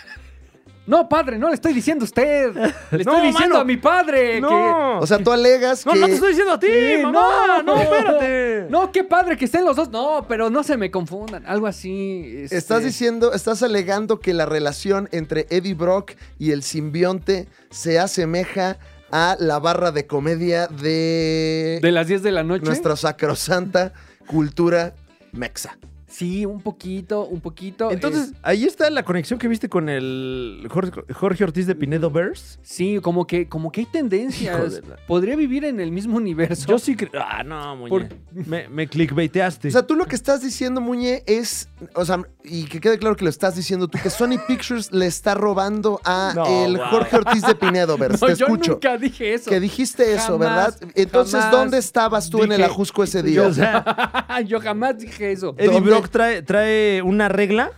No, padre, no le estoy diciendo a usted. Le estoy No, diciendo mano. a mi padre que... ¡No! O sea, tú alegas Eh, ¡No, que. no te estoy diciendo a ti, Sí, mamá! no, ¡No, no. espérate! No, qué padre que estén los dos. No, pero no se me confundan. Algo así. este, Estás diciendo, estás alegando que la relación entre Eddie Brock y el simbionte se asemeja a la barra de comedia de, De las 10 de la noche. nuestra sacrosanta cultura mexa. Sí, un poquito, un poquito. Entonces, es- ahí está la conexión que viste con el Jorge, Jorge Ortiz de Pinedo Verse. sí, como que, como que hay Hijo tendencias. de la- Podría vivir en el mismo universo. Yo sí cre- Ah, no, muñe. Por- Me, me clickbaiteaste. O sea, tú lo que estás diciendo, Muñe, es. O sea, y que quede claro que lo estás diciendo tú, que Sony Pictures le está robando a No, el wow. Jorge Ortiz de Pinedo, No, Verse. Te yo escucho. nunca dije eso. Que dijiste eso, Jamás, ¿verdad? Entonces, jamás ¿dónde estabas tú en el dije- ajusco ese Y, día? o sea, yo jamás dije eso. Eddie ¿Dónde? Brock trae, trae una regla,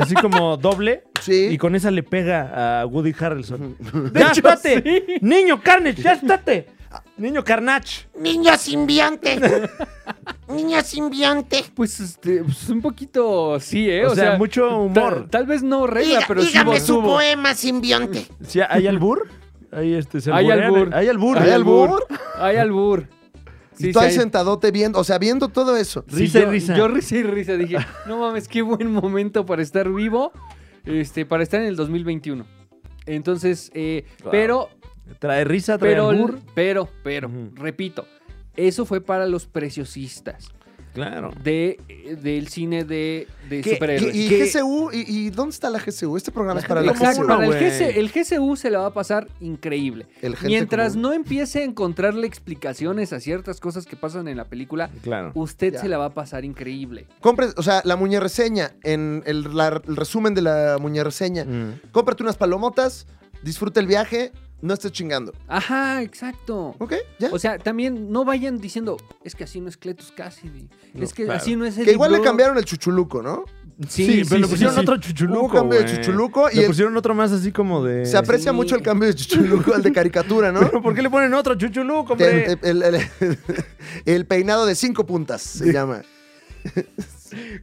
así como doble, Sí. y con esa le pega a Woody Harrelson. De ¡Ya hecho, estate! sí. ¡Niño Carnage, ya estate! ¡Niño Carnage! Niño simbiante. Niño simbiante. Pues, este, pues, un poquito sí, ¿eh? O sea, mucho humor. ta- Tal vez no regla, Diga- pero sí dígame su hubo- poema simbionte. ¿Sí, ¿Hay albur? Ahí este, se Hay alburean. albur. Hay albur. ¿Hay albur? Hay albur. Sí, y tú sí ahí hay- sentadote viendo, o sea, viendo todo eso. sí, Risa y yo- risa. Yo risa y risa dije, no mames, qué buen momento para estar vivo, este, para estar en el 2021. Entonces, eh, Wow. pero, Trae risa, trae pero, albur. pero, pero, Ujú. repito, eso fue para los preciosistas Claro. de, eh, del cine de, de Que- Y, superhéroes. y ¿Qué? GCU, y, y dónde está la GCU? Este programa es para la gente Exacto, GCU. común, para el, güey. GC el GCU se la va a pasar increíble. El gente Mientras común. no empiece a encontrarle explicaciones a ciertas cosas que pasan en la película, Claro. usted Ya. se la va a pasar increíble. Compres, o sea, la muñe reseña, en el, la- el resumen de la muñe reseña. Mm. Cómprate unas palomotas, disfruta el viaje, no estés chingando. Ajá, exacto. ¿Ok? ¿Ya? O sea, también no vayan diciendo, es que así no es Cletus Cassidy, No, es que claro. así no es que igual le Eddie cambiaron el chuchuluco, ¿no? Brock". Sí, pero le pusieron sí. otro Hubo chuchuluco. cambio de güey. chuchuluco y le el- pusieron otro más así como de. Se aprecia Sí. mucho el cambio de chuchuluco al de caricatura, ¿no? Pero ¿por qué le ponen otro chuchuluco, hombre? Te- te- el, el- el peinado de cinco puntas se llama.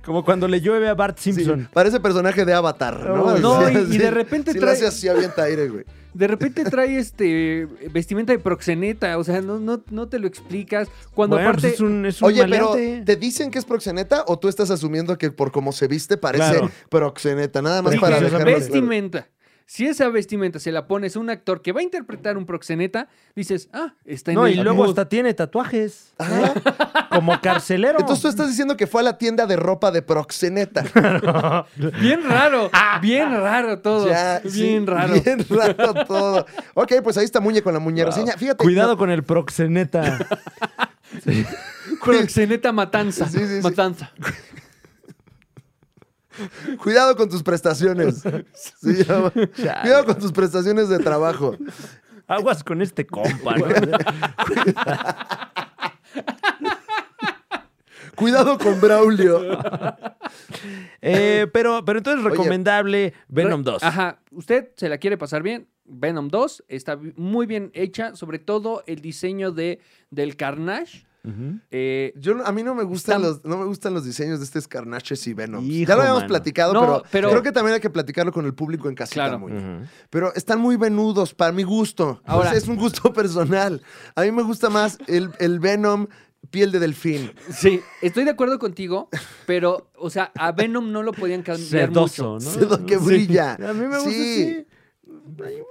Como cuando le llueve a Bart Sí, Simpson. parece personaje de Avatar, ¿no? Oh, no, O sea, y- y sí, de repente sí, trae- lo hace así, avienta aire, güey. De repente trae este vestimenta de proxeneta, o sea, no, no, no te lo explicas. Cuando Bueno, pues aparte... es un, es un Oye, pero maleante. ¿te dicen que es proxeneta o tú estás asumiendo que por cómo se viste parece Claro. proxeneta? Nada más Sí, para sí, Dije, sí, dejarlo. dejarlos. vestimenta. Si esa vestimenta se la pones a un actor que va a interpretar un proxeneta, dices, ah, está en No, el y luego mood". hasta tiene tatuajes. Ajá. Como carcelero. Entonces tú estás diciendo que fue a la tienda de ropa de proxeneta. Bien raro, bien raro todo. Ya, bien sí, raro. Bien raro todo. Ok, pues ahí está Muñe con la muñeca reseña. Fíjate. Ah, Cuidado no, con el proxeneta. Proxeneta matanza. Sí, sí, sí. Matanza. cuidado con tus prestaciones. Se llama. Cuidado con tus prestaciones de trabajo. Aguas con este compa. ¿no? Cuidado con Braulio. Eh, pero, pero entonces Oye. recomendable Venom Re- 2. Ajá. Usted se la quiere pasar bien. Venom 2 está bi- muy bien hecha, sobre todo el diseño de, del Carnage. Ujú. Eh, Yo no- a mí no me gustan Están- los no me gustan los diseños de estos carnaches y Venom. Hijo, ya lo habíamos mano. platicado, No, pero, pero- creo que también hay que platicarlo con el público en casita. Claro. Muñe. Ujú. Pero están muy venudos para mi gusto. Ahora- Pues es un gusto personal. A mí me gusta más el, el Venom piel de delfín. sí, estoy de acuerdo contigo, pero, o sea, a Venom no lo podían cambiar Sedoso, mucho. ¿no? Sedo que Sí. brilla. A mí me gusta Sí. sí. Ah,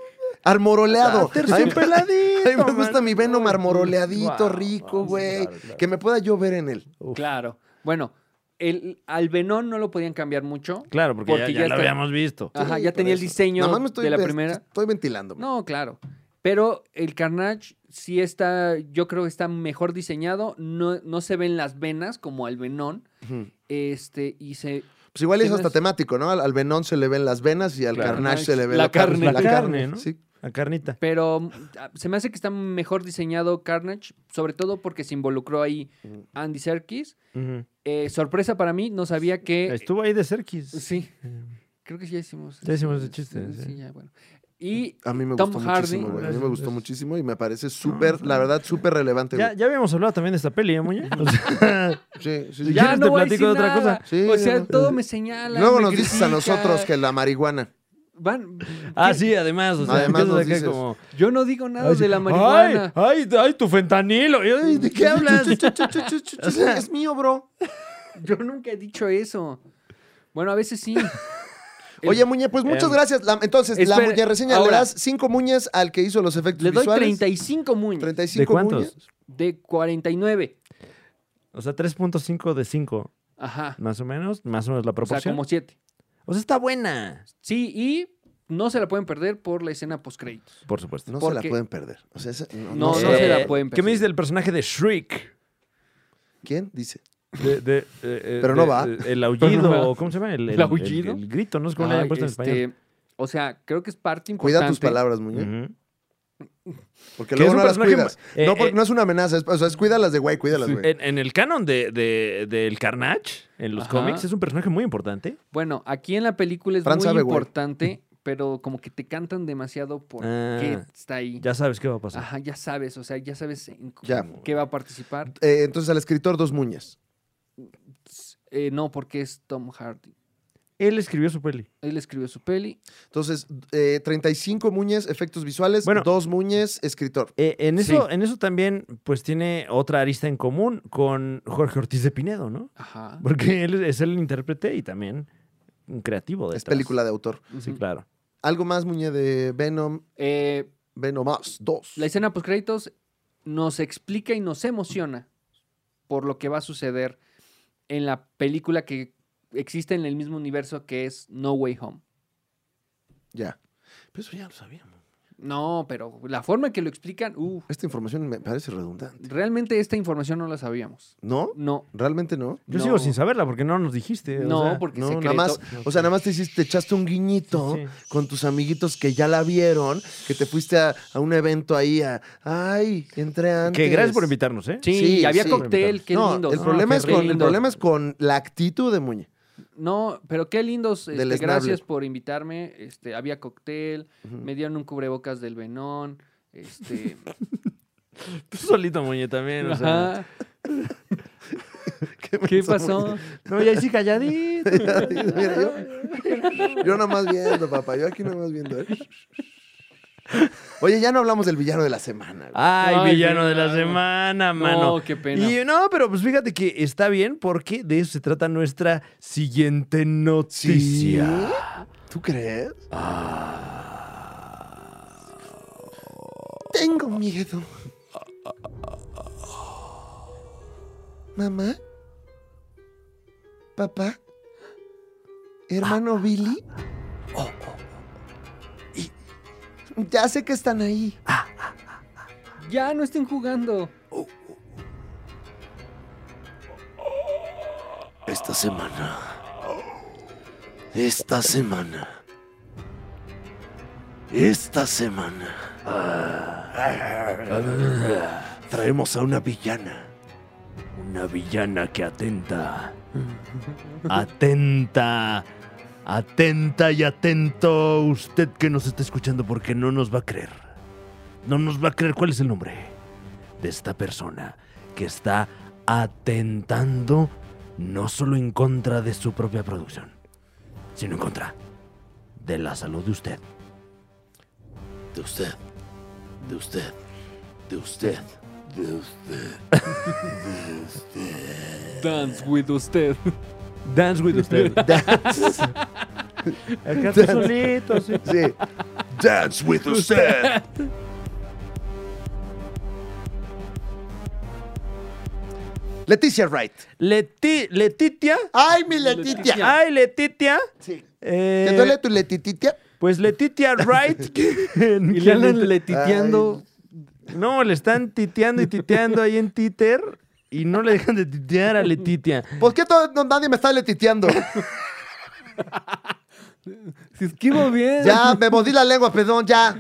Armoroleado. A mí- Terciopeladito. a mí me gusta man. mi Venom armoroleadito, Guau, rico, guau, sí, güey. claro, claro. Que me pueda yo ver en él. Claro. Bueno, el, al Venom no lo podían cambiar mucho. Claro, porque, ya, Porque ya ya lo está- habíamos visto. Ajá, Sí, ya por tenía el eso. diseño Nada más me estoy de la ves- primera. Estoy ventilando. No, claro. Pero el Carnage sí está, yo creo que está mejor diseñado. No, no se ven las venas como al Venón. Ujú. Este, y se. Pues igual es Sí, no hasta es- temático, ¿no? Al, al Venom se le ven las venas y al Claro. Carnage se le ve La la, car- carne. la La carne, ¿no? Sí. La carnita. Pero mm, ah, se me hace que está mejor diseñado Carnage, sobre todo porque se involucró ahí Mm. Andy Serkis. Ujú. Eh, sorpresa para mí, no sabía que. Estuvo ahí de cerquis. Sí. Creo que ya hicimos. Ya hicimos el sí, chiste, sí, sí. ya, bueno. Y A mí me Tom gustó Hardy. muchísimo, güey. A mí me gustó Es- muchísimo y me parece súper, la verdad, súper relevante. Ah, Ya, güey. ya habíamos hablado también de esta peli, ¿eh, Muñe? O sea, Sí, sí, sí. Ya. quieres te voy platico de a decir otra cosa? nada. Sí, o ya sea, no. todo me señala. Luego me nos dices a critica. nosotros que la marihuana. Van, ah, ¿qué? sí, además. O sea, Además empiezas nos acá dices. como... Yo no digo nada Ay, de la ay, marihuana. Ay, ay, tu fentanilo. Ay, ¿De qué hablas? O sea, es mío, bro. Yo nunca he dicho eso. Bueno, a veces sí. El- Oye, Muñe, pues muchas Em, gracias. La- entonces, la espere, Muñe reseña le ahora. das cinco muñes al que hizo los efectos le doy visuales. 35 muñes 35 ¿De cuántos? muñes. de 49. O sea, 3.5 de 5. Ajá. más o menos, más o menos la O sea, proporción. como siete. O sea, está buena. Sí, y no se la pueden perder por la escena post-créditos. Por supuesto. No se la Porque- pueden perder. O sea, esa- no, No, no no se la- se la pueden eh, ¿Qué me perder. dices del personaje de Shriek? ¿Quién dice? De- de, eh, eh, Pero no de- va. eh, El Pero aullido, no va. o ¿cómo se llama? El, ¿El el- aullido? el- el grito, no sé cómo le hayan Ay, puesto este, en español. O sea, creo que es parte importante. Cuida tus palabras, Muñoz. Ujú. Porque este, Que luego es un no las personaje cuidas. ma- eh, no, porque eh. no es una amenaza. Es, o sea, es cuídalas de güey, cuídalas, güey. En, en el canon de, de- del Carnage, en los Ajá. cómics, es un personaje muy importante. Bueno, aquí en la película es Fran muy sabe, güey. importante, pero como que te cantan demasiado por Ah, qué está ahí. Ya sabes qué va a pasar. Ajá, ya sabes, o sea, ya sabes en c- Ya. qué va a participar. Eh, entonces, al escritor, dos muñas. Eh, no, porque es Tom Hardy. Él escribió su peli. Él escribió su peli. Entonces, eh, 35 muñas, efectos visuales, Bueno. dos muñas, escritor. Eh, en, Sí. eso, en eso también, pues tiene otra arista en común con Jorge Ortiz de Pinedo, ¿no? Ajá. Porque él es el intérprete y también un creativo de Es película de autor. Sí, Ujú. claro. Algo más, muñe de Venom, Eh, Venom más, dos. la escena post créditos nos explica y nos emociona por lo que va a suceder en la película que existe en el mismo universo que es No Way Home. Ya. Pero eso ya lo sabíamos. No, pero la forma en que lo explican, uh, Esta información me parece redundante. realmente esta información no la sabíamos. ¿No? No, ¿Realmente no? Yo No. sigo sin saberla porque no nos dijiste. o no, sea, porque No, secreto. nada más, o sea, nada más te hiciste, te echaste un guiñito Sí, con tus amiguitos que ya la vieron, que te fuiste a, a un evento ahí a, ay, entré antes. Que gracias por invitarnos, ¿eh? Sí, Sí, y había sí. cóctel, qué no, lindo. el, problema qué es con, el lindo. problema es con la actitud de Muñe. No, pero qué lindos. Del este, esnable. gracias por invitarme. Este, había cóctel, Ujú. me dieron un cubrebocas del Venón. Este, Tú solito, Muñe, también. O sea. ajá. ¿Qué, ¿Qué menso, pasó? No, y ahí sí calladito. Muñe. Mira, yo, yo nada más viendo, papá, yo aquí nada más viendo. ¿eh? Oye, ya no hablamos del villano de la semana. güey. Ay, Ay, villano de la villano. semana, mano. No, qué pena. Y no, pero pues fíjate que está bien porque de eso se trata nuestra siguiente noticia. ¿Tú crees? Tengo miedo. Mamá. Papá. Hermano Billy. Ya sé que están ahí. Ya no estén jugando. Esta semana. Esta semana. Esta semana. Traemos a una villana. Una villana que atenta. Atenta. Atenta y atento usted que nos está escuchando porque no nos va a creer. No nos va a creer cuál es el nombre de esta persona que está atentando no solo en contra de su propia producción, sino en contra de la salud de usted. De usted. De usted. De usted. De usted. Dance with usted. Dance with usted. Acá está solito, sí. Sí. Dance with usted. Leticia Wright. Leti- Letitia. ¡Ay, mi Letitia! Ay, Letitia. Sí. Eh, ¿Te duele tu Letititia? Pues Letitia Wright. quien- Y le quien- andan letiteando. no, le están titeando y titeando ahí en Twitter y no le dejan de titear a Letitia. ¿Por qué todo- no- nadie me está letiteando? Si esquivo bien. ya, me mordí la lengua, perdón, ya.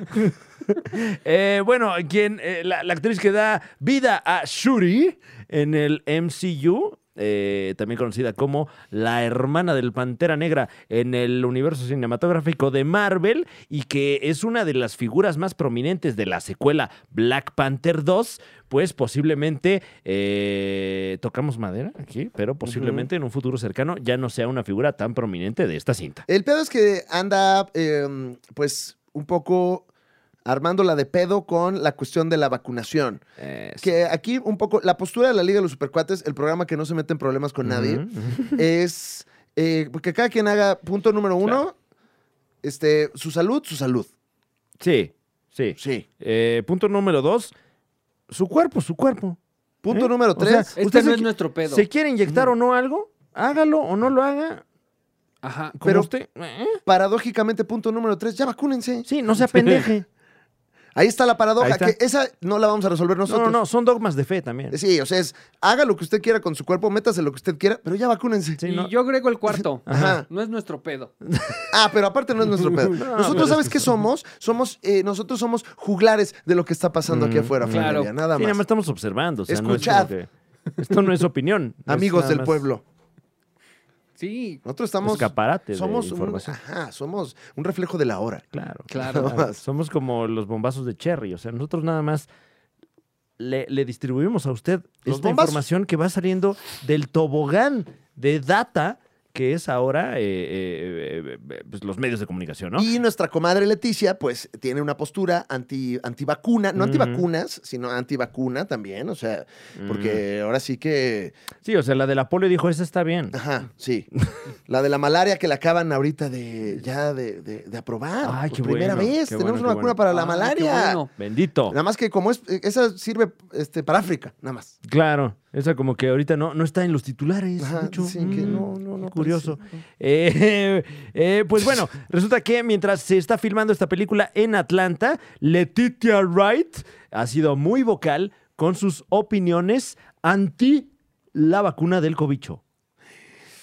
Eh, bueno, quien, eh, la, la actriz que da vida a Shuri en el MCU. eh, también conocida como la hermana del Pantera Negra en el universo cinematográfico de Marvel y que es una de las figuras más prominentes de la secuela Black Panther 2, pues posiblemente eh, tocamos madera aquí, pero posiblemente en un futuro cercano ya no sea una figura tan prominente de esta cinta. El pedo es que anda, eh, pues, un poco armándola de pedo con la cuestión de la vacunación. Que aquí un poco, la postura de la Liga de los Supercuates, el programa que no se mete en problemas con nadie, Ujú. es eh, que cada quien haga, punto número uno, este, su salud, su salud. Sí, sí. Sí. Eh, punto número dos, su cuerpo, su cuerpo. Punto ¿Eh? número O sea, tres, Este usted no se es qui- nuestro pedo. ¿Se quiere inyectar o no algo? Hágalo o no lo haga, Ajá. como Pero- usted. ¿eh? Paradójicamente, punto número tres, ya vacúnense. Sí, no sea pendeje. Ahí está la paradoja, Ahí está. que esa no la vamos a resolver No, nosotros. Eh, no, no, son dogmas de fe también. Sí, o sea, es haga lo que usted quiera con su cuerpo, métase lo que usted quiera, pero ya vacúnense. Sí, y no- yo agrego el cuarto. Ajá. No es nuestro pedo. Ah, pero aparte no es nuestro pedo. No, Nosotros, pero ¿sabes es qué somos? Somos, eh, nosotros somos juglares de lo que está pasando aquí Mm, afuera, mm. familia, Claro. nada Sí, nada más. más estamos observando. o sea, no es Escuchad. como que- esto no es opinión. es Amigos nada del más pueblo. Sí, Nosotros estamos. Escaparate de somos un, información. ajá, somos un reflejo de la hora. Claro. claro. Nada más. Somos como los bombazos de Cherry. O sea, nosotros nada más le, le distribuimos a usted ¿Los esta bombazos? información que va saliendo del tobogán de data que es ahora eh, eh, eh, eh, pues, los medios de comunicación, ¿no? Y nuestra comadre Leticia, pues, tiene una postura anti, antivacuna, no Ujú. antivacunas, sino antivacuna también, o sea, porque Mm. ahora sí que, Sí, o sea, la de la polio dijo, esa está bien. ajá, sí. La de la malaria que la acaban ahorita de ya de, de- de aprobar. Ay, por qué primera bueno, vez, qué tenemos bueno, una qué vacuna bueno. para la Ah, qué malaria. bueno. Bendito. Nada más que como es, esa sirve este, para África, nada más. Claro, esa como que ahorita no, no está en los titulares. Ajá, mucho. dicen que Mm, no, no, no Curioso. aparece, Eh, eh, pues bueno, resulta que mientras se está filmando esta película en Atlanta, Letitia Wright ha sido muy vocal con sus opiniones anti la vacuna del cobicho.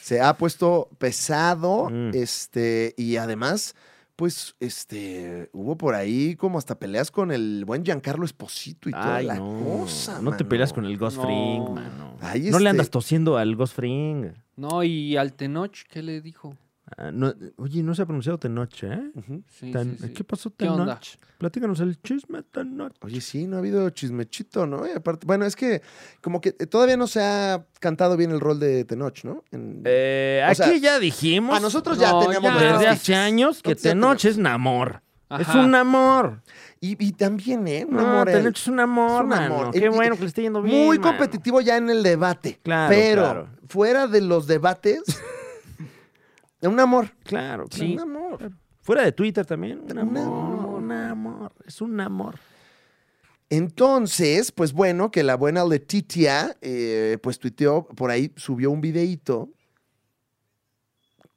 se ha puesto pesado, Mm. este, y además, pues, este, hubo por ahí como hasta peleas con el buen Giancarlo Esposito y toda la cosa. no te mano. peleas con el Ghost No. Fring, mano. Ahí No este- le andas tosiendo al Ghost Fring. No, y al Tenoch, ¿qué le dijo? Ah, no- oye, no se ha pronunciado Tenoch, ¿eh? Ujú. Sí, sí, Tan- sí. ¿Qué pasó, ¿Qué Tenoch? onda? Platícanos el chisme, Tenoch. Oye, sí, no ha habido chismechito, ¿no? Y aparte, bueno, es que como que eh, todavía no se ha cantado bien el rol de Tenoch, ¿no? En- Eh, O sea, aquí ya dijimos a nosotros ya no, teníamos ya. nuestros desde no. hace fichas. años que Nosotros ya Tenoch tenemos- es un amor. Es Ajá. un amor. Y, y también, ¿eh? Un No, amor él. Tenoch es un amor, Es un mano. amor. Qué Y- bueno que le esté yendo bien. Muy mano. competitivo ya en el debate. Claro, Pero claro. fuera de los debates, un amor. Claro, Sí. sí. Un amor. Fuera de Twitter también. Un amor. amor. Un amor. Es un amor. Entonces, pues bueno, que la buena Letitia, eh, pues tuiteó, por ahí subió un videíto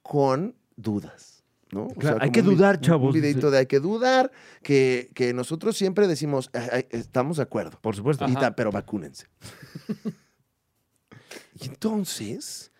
con dudas. ¿no? O Claro, hay como que un vi- dudar, un- chavos, Un videíto de hay que dudar, que, que nosotros siempre decimos, "Ay, ay, estamos de acuerdo, Por supuesto. y Ajá. ta- pero vacúnense. y entonces,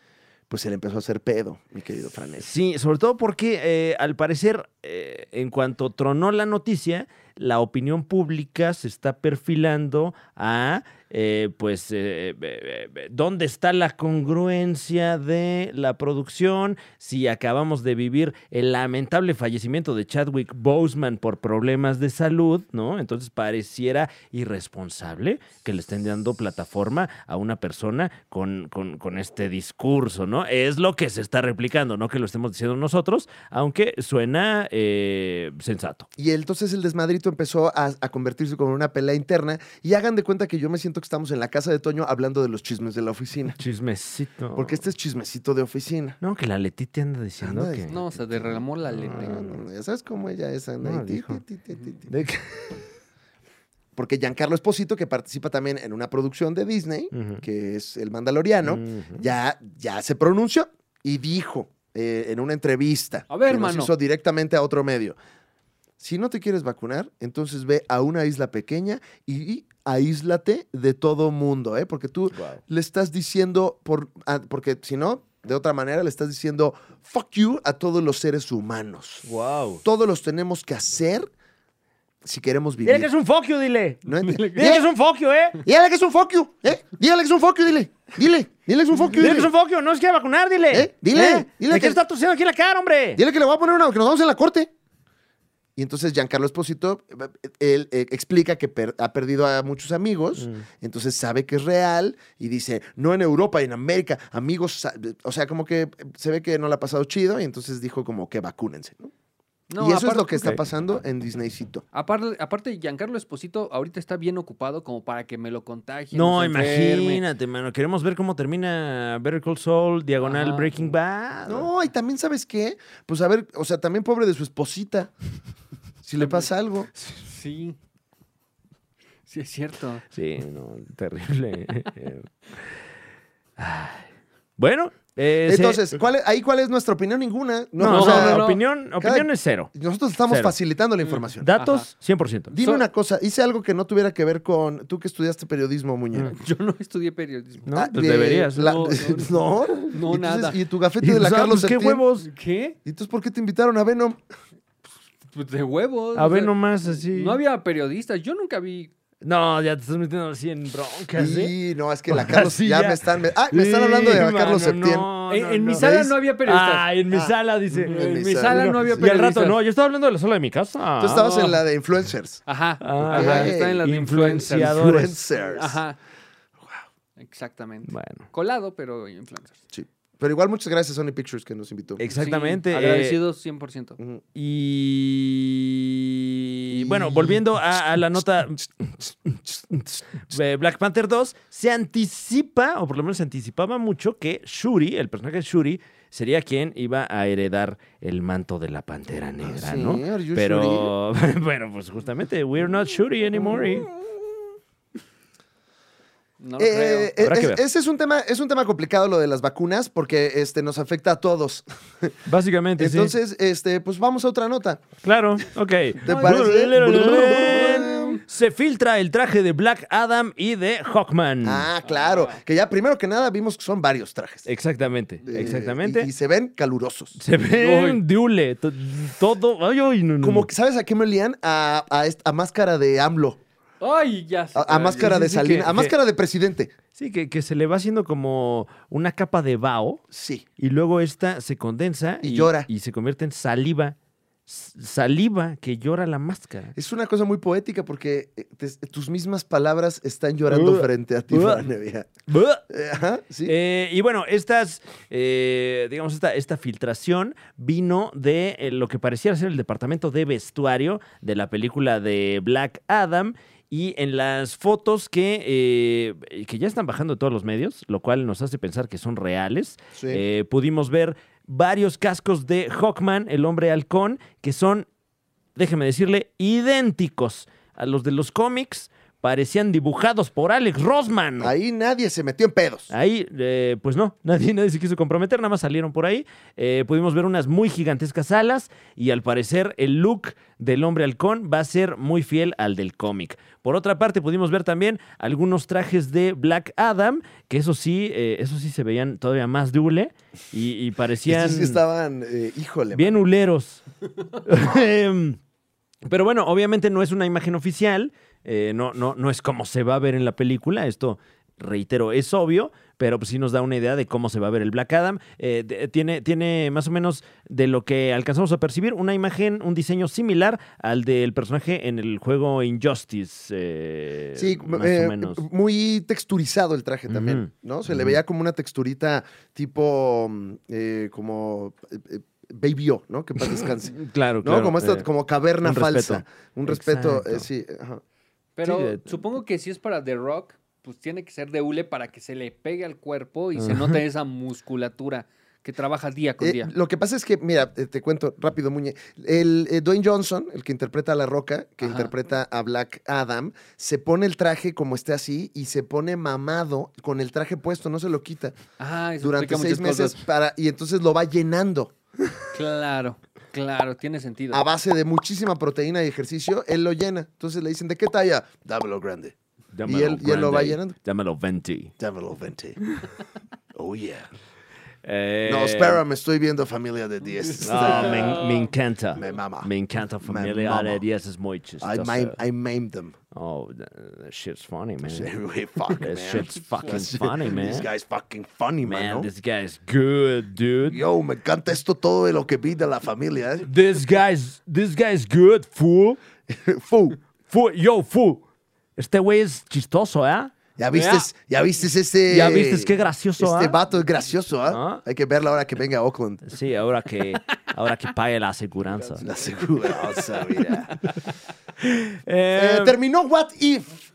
pues se le empezó a hacer pedo, mi querido Franes. Sí, sobre todo porque eh, al parecer, eh, en cuanto tronó la noticia, la opinión pública se está perfilando a, eh, pues, eh, eh, eh, eh, dónde está la congruencia de la producción, si acabamos de vivir el lamentable fallecimiento de Chadwick Boseman por problemas de salud, ¿no? Entonces pareciera irresponsable que le estén dando plataforma a una persona con, con- con este discurso, ¿no? Es lo que se está replicando, no que lo estemos diciendo nosotros, aunque suena eh, sensato. Y entonces el desmadrito empezó a, a convertirse como en una pelea interna. Y hagan de cuenta que yo me siento que estamos en la casa de Toño hablando de los chismes de la oficina. Chismecito. Porque este es chismecito de oficina. No, que la Letita anda diciendo Anda que... No, se derramó la No, letra. no, no, ya sabes cómo ella es, anda No, ahí, ti, dijo. ti, ti, ti, ti. De que- Porque Giancarlo Esposito, que participa también en una producción de Disney, Ujú. que es El Mandaloriano, Ujú. ya, ya se pronunció y dijo eh, en una entrevista A ver, que nos mano. hizo directamente a otro medio. Si no te quieres vacunar, entonces ve a una isla pequeña y, y aíslate de todo mundo, ¿eh? Porque tú le estás diciendo, por, ah, porque si no, de otra manera le estás diciendo fuck you a todos los seres humanos. Wow. Todos los tenemos que hacer si queremos Dile que es vivir. un foquio, dile. ¿No ent- Dile que es un foquio, ¿eh? Dígale que es un fuck you, ¿eh? Dígale que es un fuck you, dile. Dile, dile que es un fuck you, Dile dile. que es un foquio, no se quiere vacunar, dile. ¿Eh? Dile, dile ¿De que- qué está tosiendo aquí en la cara, hombre? Dile que le voy a poner una, que nos vamos en la corte. Y entonces Giancarlo Esposito, eh, él eh, explica que per- ha perdido a muchos amigos, Mm. entonces sabe que es real y dice, no en Europa, en América, amigos, sa- o sea, como que eh, se ve que no le ha pasado chido y entonces dijo como que vacúnense. ¿no? No, y eso es aparte- lo que está ok. pasando en Disneycito. Aparte, aparte, Giancarlo Esposito ahorita está bien ocupado como para que me lo contagie. No, se enferme. imagínate, mano. Queremos ver cómo termina Better Call Saul, Diagonal Ajá. Breaking Bad. No, y también sabes qué, pues a ver, o sea, también pobre de su esposita, si le pasa algo. Sí. Sí, es cierto. Sí, no, terrible. Ay. bueno, Eh, se- Entonces, ¿cuál es- ahí cuál es nuestra opinión? Ninguna. No, no, o no, sea, no, no. opinión, opinión es cero. Nosotros estamos Cero. Mm. facilitando la información. Datos, 100%. Dime So- una cosa, hice algo que no tuviera que ver con tú que estudiaste periodismo, Muñera. Mm. Yo no estudié periodismo. ¿No? Ah, Pues de- deberías. la- no, no, no. No, Entonces, nada. Y tu gafete Y, de la pues, ah, Carlos pues, ¿Qué Septién? huevos? ¿Qué? ¿Y entonces por qué te invitaron a Venom? Pues de huevos. A o sea, ver nomás así. No había periodistas. Yo nunca vi. No, ya te estás metiendo así en broncas, ¿eh? Y no, es que la Carlos Sí, ya, ya. me están. me- ah, me están hablando de Sí, la Carlos mano, Septién. no, en no, en mi no. sala ¿Ves? no había periodistas. Ah, en mi Ah, sala, dice. en en mi mi sala, sala. no había Y al periodistas. rato, no, yo estaba hablando de la sala de mi casa. Tú estabas en la de influencers. Ajá. Ah, ok, ajá. Está en la de Influenciador. influencers. Influenciadores. Influencers. Ajá. Exactamente. Bueno. Colado, pero influencers. Sí. Pero igual muchas gracias a Sony Pictures que nos invitó. Exactamente. Sí, eh, agradecidos 100%. Ujú. Y bueno, volviendo a, a la nota eh, Black Panther 2, se anticipa, o por lo menos se anticipaba mucho, que Shuri, el personaje de Shuri, sería quien iba a heredar el manto de la Pantera Negra, Ah, sí, ¿no? are you Pero, bueno, pues justamente, we're not Shuri anymore. Mm. y- No lo Eh, eh, Habrá que es- ver. ese es un tema, es un tema complicado lo de las vacunas, porque este nos afecta a todos. Básicamente, sí. Entonces, este, pues vamos a otra nota. Claro, ok. ¿Te parece? Se filtra el traje de Black Adam y de Hawkman. Ah, claro. Que ya primero que nada vimos que son varios trajes. Exactamente, Eh, exactamente. y, y se ven calurosos. Se ve Ay. un diule, to- todo. Ay, ay, no, no, Como no. que, ¿sabes a qué me olían? A, a, est- a máscara de AMLO. creo. Ay, ya sé. A, a máscara Ah, sí, de sí, que- Salinas. A que- máscara de presidente. Sí, que, que se le va haciendo como una capa de bao Sí. y luego esta se condensa Y llora. Y se convierte en saliva. S- Saliva que llora la máscara. Es una cosa muy poética porque eh, te- tus mismas palabras están llorando Uh, frente a ti, uh. Fran Evia. Eh, Ajá, sí. Eh, y bueno, estas, eh, digamos, esta, esta filtración vino de eh, lo que pareciera ser el departamento de vestuario de la película de Black Adam. Y en las fotos que, eh, que ya están bajando de todos los medios, lo cual nos hace pensar que son reales, Sí. eh, pudimos ver varios cascos de Hawkman, el hombre halcón, que son, déjeme decirle, idénticos a los de los cómics. Parecían dibujados por Alex Rosman. Ahí nadie se metió en pedos. Ahí, eh, pues no, nadie, nadie se quiso comprometer, nada más salieron por ahí. Eh, pudimos ver unas muy gigantescas alas y al parecer el look del hombre halcón va a ser muy fiel al del cómic. Por otra parte, pudimos ver también algunos trajes de Black Adam, que eso sí, eh, eso sí se veían todavía más dule y, y parecían Estos sí estaban, eh, híjole. bien huleros. Em, Pero bueno, obviamente no es una imagen oficial, eh, no, no, no es como se va a ver en la película, esto reitero, es obvio, pero pues sí nos da una idea de cómo se va a ver el Black Adam. Eh, de- tiene, tiene más o menos de lo que alcanzamos a percibir una imagen, un diseño similar al del personaje en el juego Injustice. eh, Sí, más eh, o menos. muy texturizado el traje también, Ujú, ¿no? Se le ujú. veía como una texturita tipo, mm, eh, como eh, eh, Baby O, ¿no? Que paz descanse. ¿No? Claro, claro. como, esta, eh, como caverna un falsa. respeto. Un respeto, eh, Exacto. sí. ajá. Pero Sí, de- supongo que si es para The Rock, pues tiene que ser de hule para que se le pegue al cuerpo y se note esa musculatura que trabaja día con Eh, día. lo que pasa es que, mira, eh, te cuento rápido, Muñe. El eh, Dwayne Johnson, el que interpreta a La Roca, que Ajá. interpreta a Black Adam, se pone el traje como esté así y se pone mamado con el traje puesto, no se lo quita Ah, eso durante explica seis muchas meses cosas. para, y entonces lo va llenando. Claro, claro, tiene sentido. a base de muchísima proteína y ejercicio, él lo llena. Entonces le dicen, ¿de qué talla? Dámelo grande. Dámelo y él- y él lo va grande, llenando. Dámelo 20. Dámelo 20. Oh, yeah. Eh, No, espera, me estoy viendo familia de 10. No, Ah, me, me encanta. Me mama. Me encanta familia mama. de 10 es muy I, chistosa. mime, I maimed them. Oh, th- that shit's funny, man. Fuck, man. That shit's fucking funny, This man. guy's fucking funny, man. Man, ¿no? this guy's good, dude. Yo, me encanta esto todo de lo que vi de la familia. ¿eh? This guy's this guy's good, fool. Fu, Fool, yo, fool. Este güey es chistoso, ¿eh? ¿ya viste, ya viste ese... Ya vistes qué gracioso, Este ¿ah? vato es gracioso, ¿ah? ¿Ah? Hay que verlo ahora que venga a Oakland. Sí, ahora que ahora que pague la aseguranza. La seguridad, mira. Eh, Eh, terminó What If.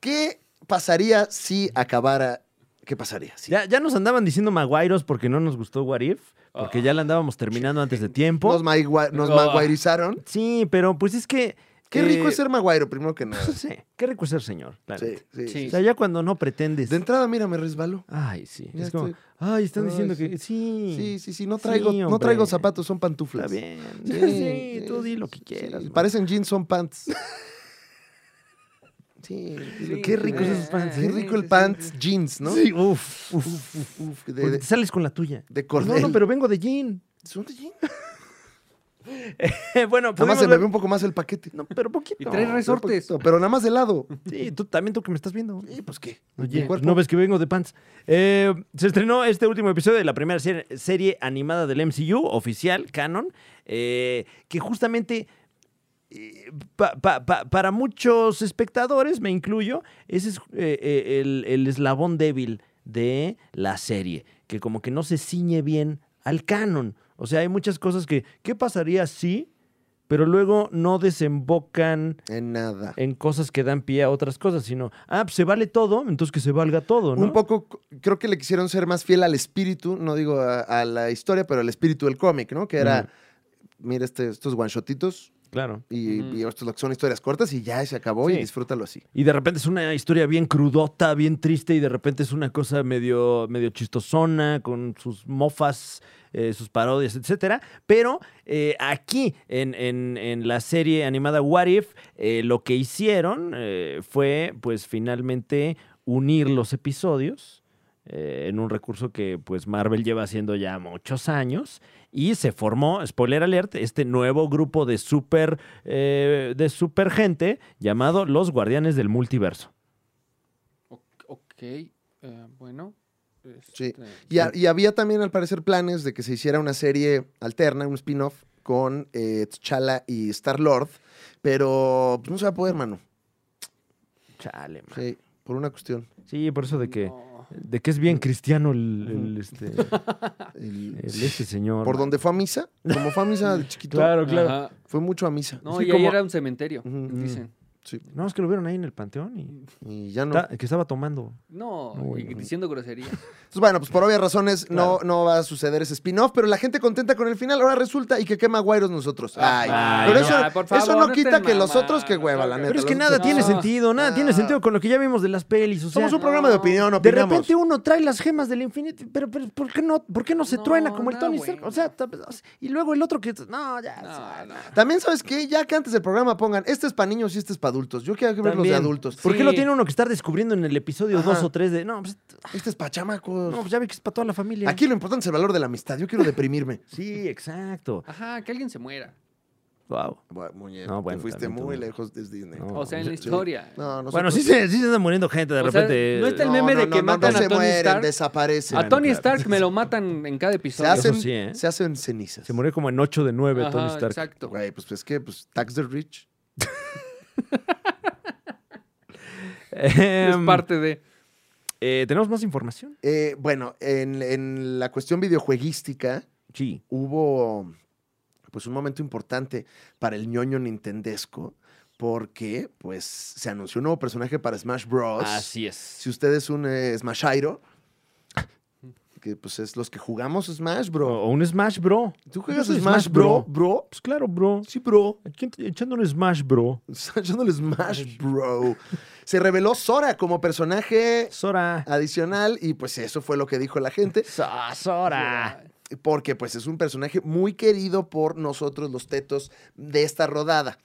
¿Qué pasaría si acabara? ¿Qué pasaría? si- ya, ya nos andaban diciendo maguairos porque no nos gustó What If, Ah, porque ya la andábamos terminando antes de tiempo. Nos, maigua- nos Oh. maguairizaron. Sí, pero pues es que Qué rico Eh, es ser maguairo, primero que nada. Sí, qué rico es ser señor. la Sí, neta. sí, Sí. O sea, ya cuando no pretendes. De entrada, mira, me resbaló. Ay, sí. Ya es como, estoy- ay, están Ay, diciendo sí. que sí. Sí, sí, sí, no traigo, Sí, no hombre. traigo zapatos, son Está pantuflas. bien. Sí, Sí, sí, tú di lo sí, que quieras. sí. güey. Parecen jeans, son pants. Sí, Sí, qué rico sí, esos pants. sí, Qué sí, rico el sí, pants sí. jeans, ¿no? Sí, uf, uf, uf, uf. de- Porque te Sales con la tuya. De No, cordel. no, pero vengo de jean. ¿Son de jeans? Nada bueno, más pudimos se me ver- ve un poco más el paquete. No, pero poquito. Y traes resortes. Pero, pero nada más de lado. Sí, tú también, tú que me estás viendo. Sí, pues qué. Oye, Mi cuerpo. no ves que vengo de pants. Eh, se estrenó este último episodio de la primera ser- serie animada del MCU, oficial, canon, eh, que justamente eh, pa- pa- pa- para muchos espectadores, me incluyo, ese es eh, eh, el, el eslabón débil de la serie, que como que no se ciñe bien al canon. O sea, hay muchas cosas que, ¿qué pasaría si? Pero luego no desembocan En nada. en cosas que dan pie a otras cosas, sino, ah, pues se vale todo, entonces que se valga todo, ¿no? Un poco, c- creo que le quisieron ser más fiel al espíritu, no digo a, a la historia, pero al espíritu del cómic, ¿no? Que era, mira este- estos one-shotitos Claro. y, Ujú. y estos lo que son historias cortas y ya se acabó y Sí. disfrútalo así. Y de repente es una historia bien crudota, bien triste, y de repente es una cosa medio, medio chistosona, con sus mofas, eh, sus parodias, etcétera. Pero eh, aquí, en, en- en la serie animada What If, eh, lo que hicieron eh, fue, pues, finalmente unir los episodios eh, en un recurso que, pues, Marvel lleva haciendo ya muchos años. Y se formó, spoiler alert, este nuevo grupo de super, eh, de super gente llamado Los Guardianes del Multiverso. O- ok, eh, bueno. Sí. este, Y, a- y había también, al parecer, planes de que se hiciera una serie alterna, un spin-off con eh, T'Challa y Star-Lord, pero pues, no se va a poder, mano. Chale, man. Sí, por una cuestión. Sí, por eso de que, no. de que es bien cristiano el, el, este, El- el este señor. por man. donde fue a misa, como fue a misa de chiquito, Claro, claro. Ajá. fue mucho a misa. No, Sí, y ahí como- era un cementerio, Ujú. dicen. Sí, No, es que lo vieron ahí en el panteón y y ya no. Ta- que estaba tomando. No, No, y bueno. diciendo groserías. Entonces, bueno, pues por obvias razones no, no va a suceder ese spin-off, pero la gente contenta con el final. Ahora resulta y que quema guairos nosotros. Ay, Ay, pero no. eso, Ay, por eso favor, no no quita estén que los mamando, otros que hueva, la claro. neta. Pero es los que nada otros- tiene No. sentido, nada tiene Ah. sentido con lo que ya vimos de las pelis. O sea, Somos un programa de opinión, de opinamos. repente uno trae las gemas del infinito, pero, pero ¿por qué no, por qué no se No, truena como el nada Tony Stark? O bueno. sea, ta- o sea, y luego el otro que no, ya. o sea, No, no. También, ¿sabes qué? Ya que antes del programa pongan, este es para niños y este es para adultos. Yo quiero ver los de También. adultos. ¿Por qué lo Sí. tiene uno que estar descubriendo en el episodio Ajá. 2 o 3 de.? No pues, Este es para chamacos. no, pues ya ve que es para toda la familia. Aquí lo importante es el valor de la amistad. Yo quiero deprimirme. Sí, exacto. Ajá, que alguien se muera. Wow. Bueno, muñeco, No, bueno, te fuiste también tú, muy ¿no? lejos de Disney. No. O sea, en la Sí. historia. No, nosotros- Bueno, sí se, sí se anda muriendo gente de O sea, repente. no está el meme de que matan a se Tony mueren, Stark. desaparecen. Bueno, A Tony claro. Stark me lo matan en cada se, episodio. hacen, sí, ¿eh? se hacen cenizas. Se murió como en 8 de 9 Ajá, Tony Stark. Exacto. Güey, pues es que, pues, tax the rich. Es Em, parte de. eh, ¿Tenemos más información? Eh, bueno, en, en la cuestión videojueguística Sí. hubo pues un momento importante para el ñoño nintendesco porque pues se anunció un nuevo personaje para Smash Bros. es. Si usted es un eh, Smashairo, que pues es los que jugamos Smash O, Bro. o un Smash Bro. ¿Tú juegas Yo soy Smash, Bro, bro? Pues claro, bro. Sí, bro. Aquí ent- echando un Smash Bro. Echándole Smash Bro. Se reveló Sora como personaje Sora. adicional y pues eso fue lo que dijo la gente. Sora. porque pues es un personaje muy querido por nosotros los tetos de esta rodada,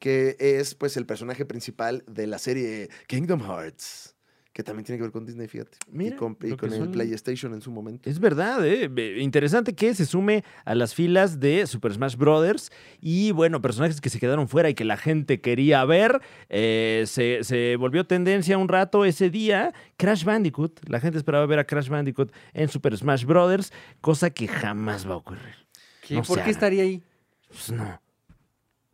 que es pues el personaje principal de la serie Kingdom Hearts, que también tiene que ver con Disney, fíjate, y Mira, con, y lo que con el son- PlayStation en su momento. Es verdad, ¿eh? Be- interesante que se sume a las filas de Super Smash Brothers y bueno, personajes que se quedaron fuera y que la gente quería ver. Eh, se, se volvió tendencia un rato ese día. Crash Bandicoot, la gente esperaba ver a Crash Bandicoot en Super Smash Brothers, cosa que jamás va a ocurrir. ¿Qué? no ¿Por sea- qué estaría ahí? Pues no.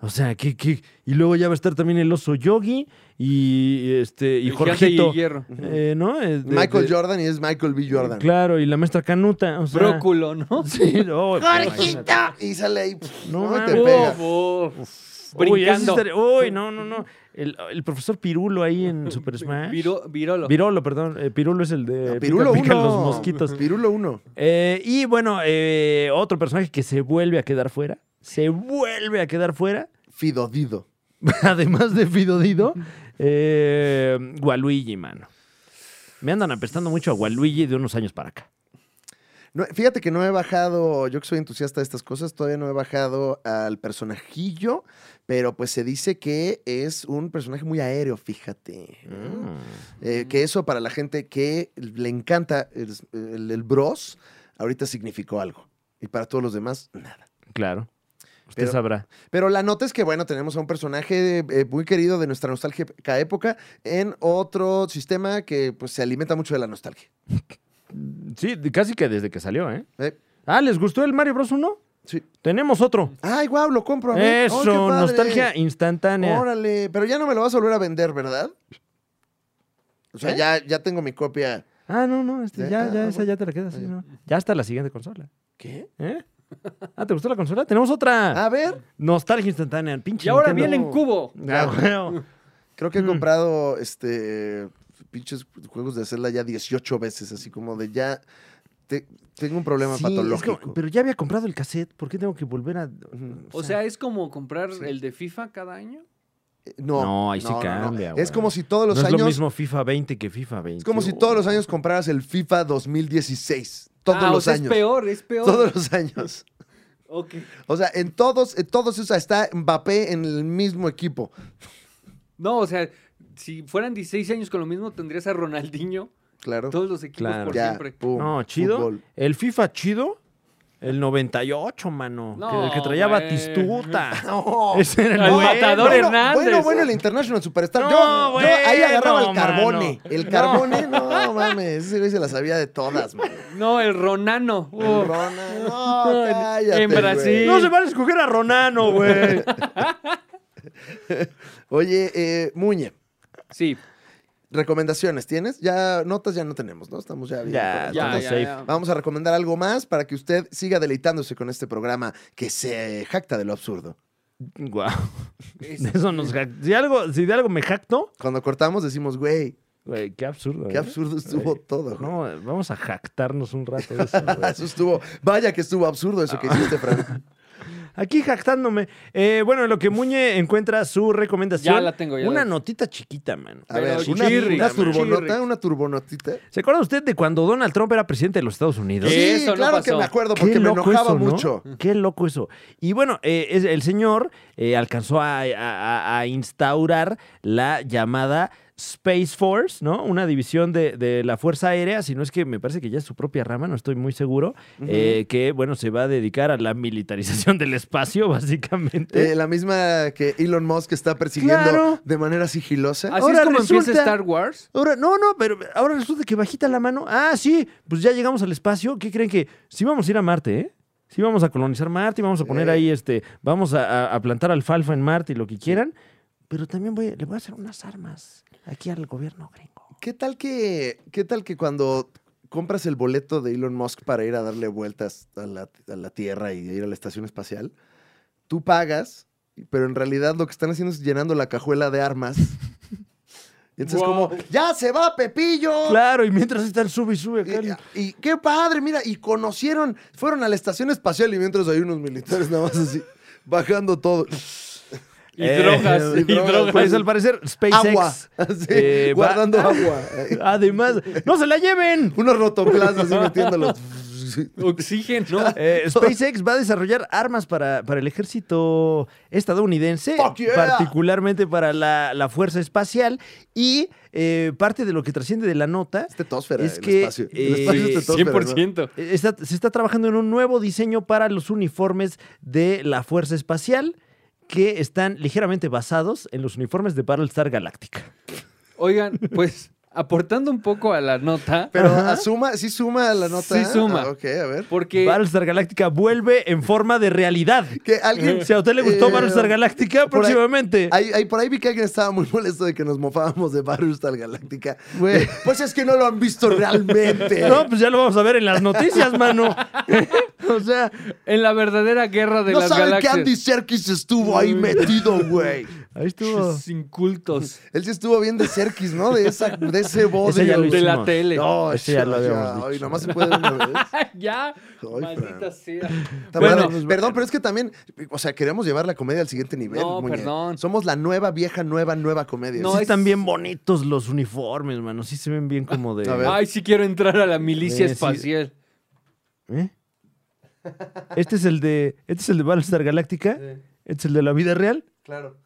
O sea, ¿qué, qué? y luego ya va a estar también el oso Yogi y este y El gigante Jorgito, Y hierro. eh, ¿no? Eh, de- Michael de- Jordan y es Michael B. Jordan. Claro, y la maestra Canuta. O sea, Bróculo, ¿no? Sí, no, Ah, Jorgito. Y sale ahí, pf, No no, y te mames. Oh, pega. Uf, uf. pues, Uy, ese Brincando. estaría- uy, no, no, no. El, el profesor Pirulo ahí en Super Smash. Viro- virolo. Virolo, perdón. Eh, Pirulo es el de No, Pirulo pica, pica los 1. mosquitos. Pirulo 1. Eh, y bueno, eh, otro personaje que se vuelve a quedar fuera. Se vuelve a quedar fuera. Fido Dido. además de Fidodido, eh, Waluigi, mano. Me andan apestando mucho a Waluigi de unos años para acá. No, fíjate que no he bajado, yo que soy entusiasta de estas cosas, todavía no he bajado al personajillo, pero pues se dice que es un personaje muy aéreo, fíjate. ¿no? Eh, Mm. que eso para la gente que le encanta el, el- el bros, ahorita significó algo. Y para todos los demás, nada. Claro. Usted Pero- sabrá. Pero la nota es que, bueno, tenemos a un personaje eh, muy querido de nuestra nostálgica época en otro sistema que pues se alimenta mucho de la nostalgia. Sí, de- casi que desde que salió, ¿eh? Eh, Ah, ¿les gustó el Mario Bros 1? sí. Tenemos otro. Ay, guau, lo compro. A ver. Eso, ¡Ay, qué padre! nostalgia instantánea. Órale, pero ya no me lo vas a volver a vender, ¿verdad? O ¿Eh? sea, ya, ya tengo mi copia. Ah, no, no, este, Eh, ya, ah, ya, ah, esa ya te la quedas. sí, Ah, ya. no. Ya hasta la siguiente consola. ¿Qué? ¿Eh? Ah, ¿te gustó la consola? Tenemos otra. A ver, Nostalgia instantánea, pinche. Y ahora Nintendo. viene en cubo. Ah, bueno. creo que he Mm. comprado este pinches juegos de Zelda ya 18 veces, así como de ya te- tengo un problema Sí, es patológico. como, pero ya había comprado el cassette, ¿por qué tengo que volver a...? mm, O sea, es como comprar el de FIFA cada año. Eh, No, No, ahí sí cambia, Es güey. como si todos no los es lo años mismo FIFA 20 que FIFA 20. es como si todos los años compraras el FIFA 2016, todos Ah, o los sea, años. Es peor, es peor. Todos los años. Ok. O sea, en todos, en todos, o sea, está Mbappé en el mismo equipo. No, o sea, si fueran 16 años con lo mismo, tendrías a Ronaldinho. Claro. Todos los equipos Claro. por Ya, siempre. pum, No, chido. fútbol. El FIFA chido, el 98, mano. No, que, el que traía güey. Batistuta. No. Ese era el Al bueno. matador bueno, Hernández. Bueno, bueno, el International Superstar. No, yo, yo bueno, ahí agarraba el mano. carbone. El No. carbone, no, mames. Ese güey se la sabía de todas, man. No, el Ronano. Uf. Rona, no, en- cállate, en Brasil. güey. No se van a escoger a Ronano, güey. Oye, eh, Muñe, Sí, recomendaciones, ¿tienes? Ya, notas ya no tenemos, ¿no? Estamos ya bien. ya, correctos. ya, estamos ya, safe. ya. Vamos a recomendar algo más para que usted siga deleitándose con este programa que se jacta de lo absurdo. Guau. Es- De eso nos hack- si, algo, si de algo me jacto, Cuando cortamos decimos, güey, güey, qué absurdo. qué ¿eh? absurdo estuvo Güey. todo. güey. No, vamos a jactarnos un rato de eso, güey. Eso estuvo, vaya que estuvo absurdo eso que Ah. hiciste, Fran. Aquí jactándome. Eh, bueno, en lo que Muñe encuentra su recomendación. Ya la tengo, ya la Una tengo. notita chiquita, mano. A Pero ver, una, chirri, una man. turbonota, Chirri. una turbonotita. ¿Se acuerda usted de cuando Donald Trump era presidente de los Estados Unidos? ¿Qué? Sí, Eso no claro que pasó. me acuerdo porque me enojaba eso, ¿no? mucho. Qué loco eso. Y bueno, eh, es- el señor eh, alcanzó a, a- a- a instaurar la llamada Space Force, ¿no? Una división de, de la Fuerza Aérea, si no es que me parece que ya es su propia rama, no estoy muy seguro, eh, que, bueno, se va a dedicar a la militarización del espacio, básicamente. Eh, la misma que Elon Musk está persiguiendo Claro. de manera sigilosa. Así Ahora es como empieza resulta- Star Wars. Ahora, no, no, pero ahora resulta que bajita la mano. Ah, sí, pues ya llegamos al espacio. ¿Qué creen que? Sí vamos a ir a Marte, ¿eh? Sí vamos a colonizar Marte y vamos a poner Eh. ahí, este, vamos a, a- a plantar alfalfa en Marte y lo que quieran. Pero también voy, le voy a hacer unas armas aquí al gobierno gringo. ¿Qué tal que, qué tal que cuando compras el boleto de Elon Musk para ir a darle vueltas a la, a la Tierra y ir a la estación espacial, tú pagas, pero en realidad lo que están haciendo es llenando la cajuela de armas. Y entonces Wow. como, ¡ya se va, Pepillo! Claro, y mientras están sube y sube acá. el- Oh. Y, ah, y qué padre, mira, y conocieron, fueron a la estación espacial y mientras hay unos militares nada más así, bajando todo. Y Eh, drogas. y Y drogas. Pues al parecer, SpaceX. Agua, así, eh, va- guardando agua. eh, Además, ¡no se la lleven! Unos rotoplas así metiéndolos. Oxígeno. Eh, SpaceX va a desarrollar armas para, para el ejército estadounidense, Fuck yeah. particularmente para la, la Fuerza Espacial. Y eh, parte de lo que trasciende de la nota Este tosfera, Es el que, espacio. El eh, espacio es tetósfera, ¿no? 100%. eh, está- se está trabajando en un nuevo diseño para los uniformes de la Fuerza Espacial que están ligeramente basados en los uniformes de Battlestar Galactica. Oigan, pues aportando un poco a la nota, Pero asuma, sí suma la nota. Sí suma. Ah, ok, a ver. porque Battlestar Galactica vuelve en forma de realidad. Que alguien. Si a usted le gustó eh, Battlestar Galactica, por ahí- próximamente. Ahí, ahí- por ahí vi que alguien estaba muy molesto de que nos mofábamos de Battlestar Galáctica. Güey. Pues es que no lo han visto realmente. No, pues ya lo vamos a ver en las noticias, mano. o sea, en la verdadera guerra de No las saben que galaxias. Andy Serkis estuvo ahí metido, güey. Ahí estuvo. Incultos. Él sí estuvo bien de cerquis, ¿no? De, esa, de ese bodrio. Ese ya lo De la hicimos. tele. No, Ese ya lo habíamos dicho. Hoy nomás se puede ver una vez. ya. Ay, Maldita Fran. sea. Está Bueno, padre. perdón, pero es que también, o sea, queremos llevar la comedia al siguiente nivel. No, muñe. perdón. Somos la nueva, vieja, nueva, nueva comedia. No, Sí. sí es- están bien bonitos los uniformes, mano. Sí se ven bien como de. A ver. Ay, sí quiero entrar a la milicia Eh, sí. espacial. ¿Eh? Este es el de. Este es el de Battlestar Galáctica. Este es el de la vida real. Claro.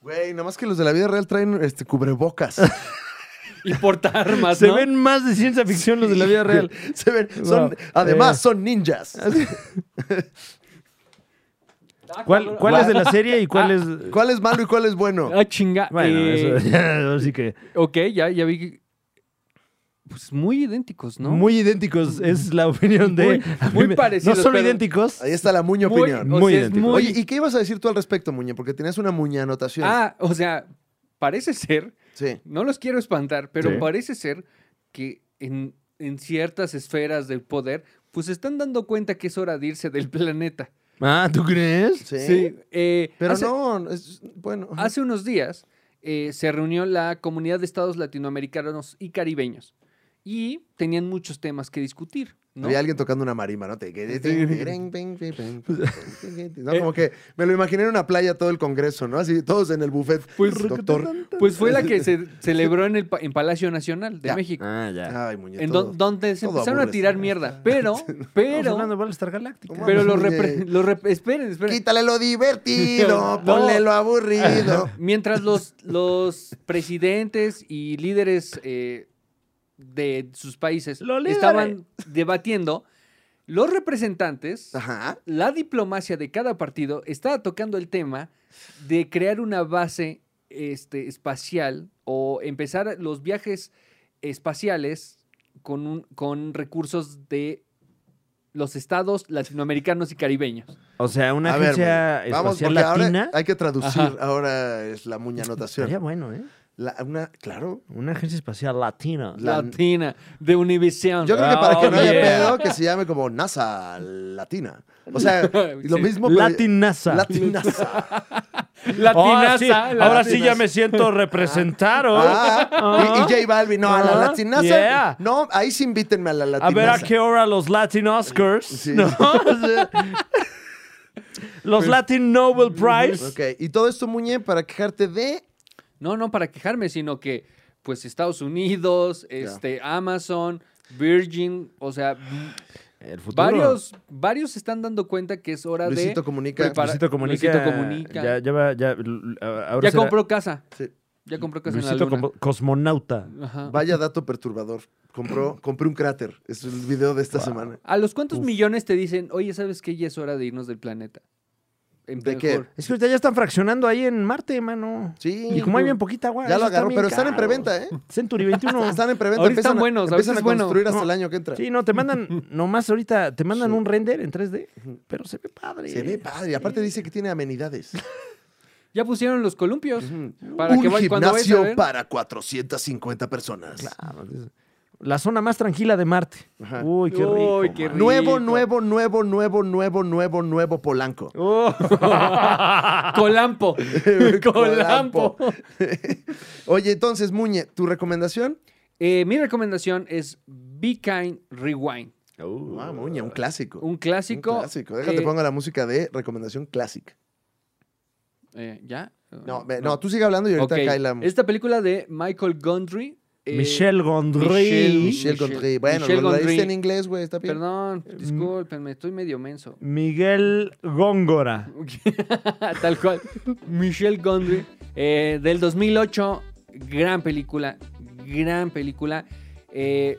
Güey, nomás que los de la vida real traen este, cubrebocas. Y porta armas, se Ah, ¿no? ven más de ciencia ficción los de la vida real. Se ven, son, Wow. Además, Eh. son ninjas. Ah, ¿Cuál, cabrón. cuál es de la serie y cuál es.? ¿Cuál es malo y cuál es bueno? Ah, chinga. Bueno, eh, eso. Así que. Ok, ya, ya vi. que- Pues muy idénticos, ¿no? Muy idénticos es la opinión de. Muy- a mí muy me- parecidos, No son pero- idénticos. Ahí está la muña Muy- opinión. o Muy sea, es idénticos. muy- Oye, ¿y qué ibas a decir tú al respecto, Muñe? Porque tenías una muña anotación. Ah, o sea, parece ser Sí. No los quiero espantar, pero Sí. parece ser que en, en ciertas esferas del poder, pues se están dando cuenta que es hora de irse del planeta. Ah, ¿tú crees? Sí. eh, Pero hace, no, es- bueno. hace unos días eh, se reunió la comunidad de estados latinoamericanos y caribeños y tenían muchos temas que discutir. ¿no? Había alguien tocando una marima, ¿no? Te- No, como que me lo imaginé en una playa todo el congreso, ¿no? Así, todos en el buffet. Pues- doctor. Pues fue la que se celebró en el pa- en Palacio Nacional de Ya. México, Ah, ya. Ay, muñe, en todo- don- donde se todo empezaron a aburre, tirar sí. mierda. Pero, Estamos hablando pero, de Battlestar Galáctica. ¿Cómo? pero los, Oye. repre- los rep- esperen, esperen. Quítale lo divertido, No. ponle lo aburrido. Mientras los, los presidentes y líderes eh, de sus países Los líderes. estaban debatiendo, los representantes, Ajá. la diplomacia de cada partido estaba tocando el tema de crear una base este, espacial o empezar los viajes espaciales con, un- con recursos de los estados latinoamericanos y caribeños. O sea, una A ver, agencia muñe, vamos, espacial porque ahora latina. hay que traducir. Ajá. Ahora es la muña anotación. Estaría bueno, ¿eh? La- una, claro. Una agencia espacial latina. La- Latina, de Univision. Yo creo que para que no haya Oh, yeah. pedo, que se llame como NASA Latina. O sea, lo Sí. mismo. pero- Latin NASA. Latin NASA. Latinaza. Ahora Oh, sí, ahora sí ya me siento representado. Ah, y, y Ah. J Balvin. No, a la Ah, Latinasa. yeah. No, ahí sí invítenme a la Latinasa. A ver a qué hora los Latin Oscars, Sí. Pues, ¿no? O sea, los Latin Nobel Prize. Ok, y todo esto, Muñe, para quejarte de. No, no para quejarme, sino que pues Estados Unidos, este Amazon, Virgin, o sea, m- El futuro. varios varios se están dando cuenta que es hora Luisito de comunica. prepara- Luisito comunica. Luisito Comunica. Ya, ya, va- ya, l- a- ahora Ya será compró casa. Sí. Ya compró casa en la Luisito luna. como- Cosmonauta. Ajá. Vaya dato perturbador. Compró, compré un cráter. Es el video de esta semana. ¿A los cuántos Uf. millones te dicen, oye, ¿sabes qué? Ya es hora de irnos del planeta. En ¿De qué? mejor. Es que ahorita ya están fraccionando ahí en Marte, mano. Sí. Y como hay bien poquita agua. ya eso lo está agarró, bien pero están en caro. Ah, preventa, ¿eh? Century 21. Están en preventa. Ahorita empiezan están a- buenos, ahorita Empiezan a es bueno. construir hasta No. el año que entra. Ah, Sí, no, te mandan, nomás ahorita, te mandan Sí. un render en 3D, pero se ve padre. Se ve padre. y Aparte dice que tiene amenidades. Ya pusieron los columpios Ujú. para un que vay- cuando vayas a gimnasio ver- para 450 personas. Claro, es- Ah, pues, La zona más tranquila de Marte. Ajá. Uy, qué rico. Uy, qué man. rico. Nuevo, nuevo, nuevo, nuevo, nuevo, nuevo, nuevo Polanco. Oh. Colampo. Colampo. Oye, entonces, Muñe, ¿tu recomendación? Eh, mi recomendación es Be Kind Rewind. Uh. Ah, Muñe, un clásico. Un clásico. Un clásico. Déjate, eh, pongo la música de recomendación clásica. eh, ¿Ya? No, ve- no, tú sigue hablando y ahorita Ok. cae la música. Esta película de Michael Gondry. eh, Michelle Gondry. Michelle- Michelle Gondry. Bueno, Michelle lo leíste Gondry. en inglés, güey, está bien. Perdón, discúlpenme, estoy medio menso. Miguel Góngora. Tal cual. Michelle Gondry. eh, del 2008. Gran película. Gran película. Eh,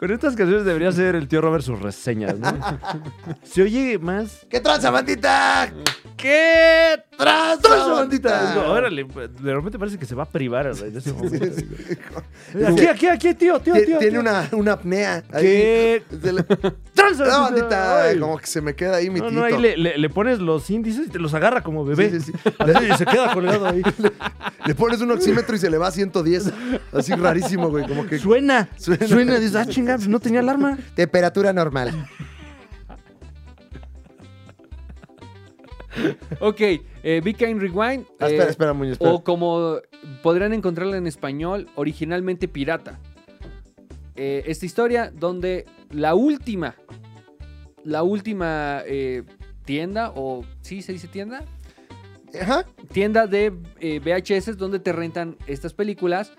Con estas canciones debería ser el tío Robert sus reseñas, ¿no? Se oye más. ¿Qué tranza, bandita? ¿Qué? ¡Tranza, bandita! No, órale, de repente parece que se va a privar en ese momento. sí. Aquí, aquí, aquí, tío, tío, Tie- tío. Tiene tío. una, una apnea. ahí. ¿Qué? Se le- ¡Tranza, No, bandita! bandita, Ay. como que se me queda ahí mi No, tito. no, ahí le, le- le pones los índices y te los agarra como bebé. Sí, sí, sí. Así, y se queda colgado ahí. Le pones un oxímetro y se le va a 110. Así rarísimo, güey. Como que. Suena, Suena. suena. dices, ah, chinga, pues no tenía alarma. Temperatura normal. Ok, eh, Be Kind Rewind. Ah, eh, espera, espera, Muñoz. espera. O como podrán encontrarla en español, originalmente pirata. Eh, esta historia donde la última, la última eh, tienda, o sí se dice tienda, Ajá. tienda de eh, VHS donde te rentan estas películas,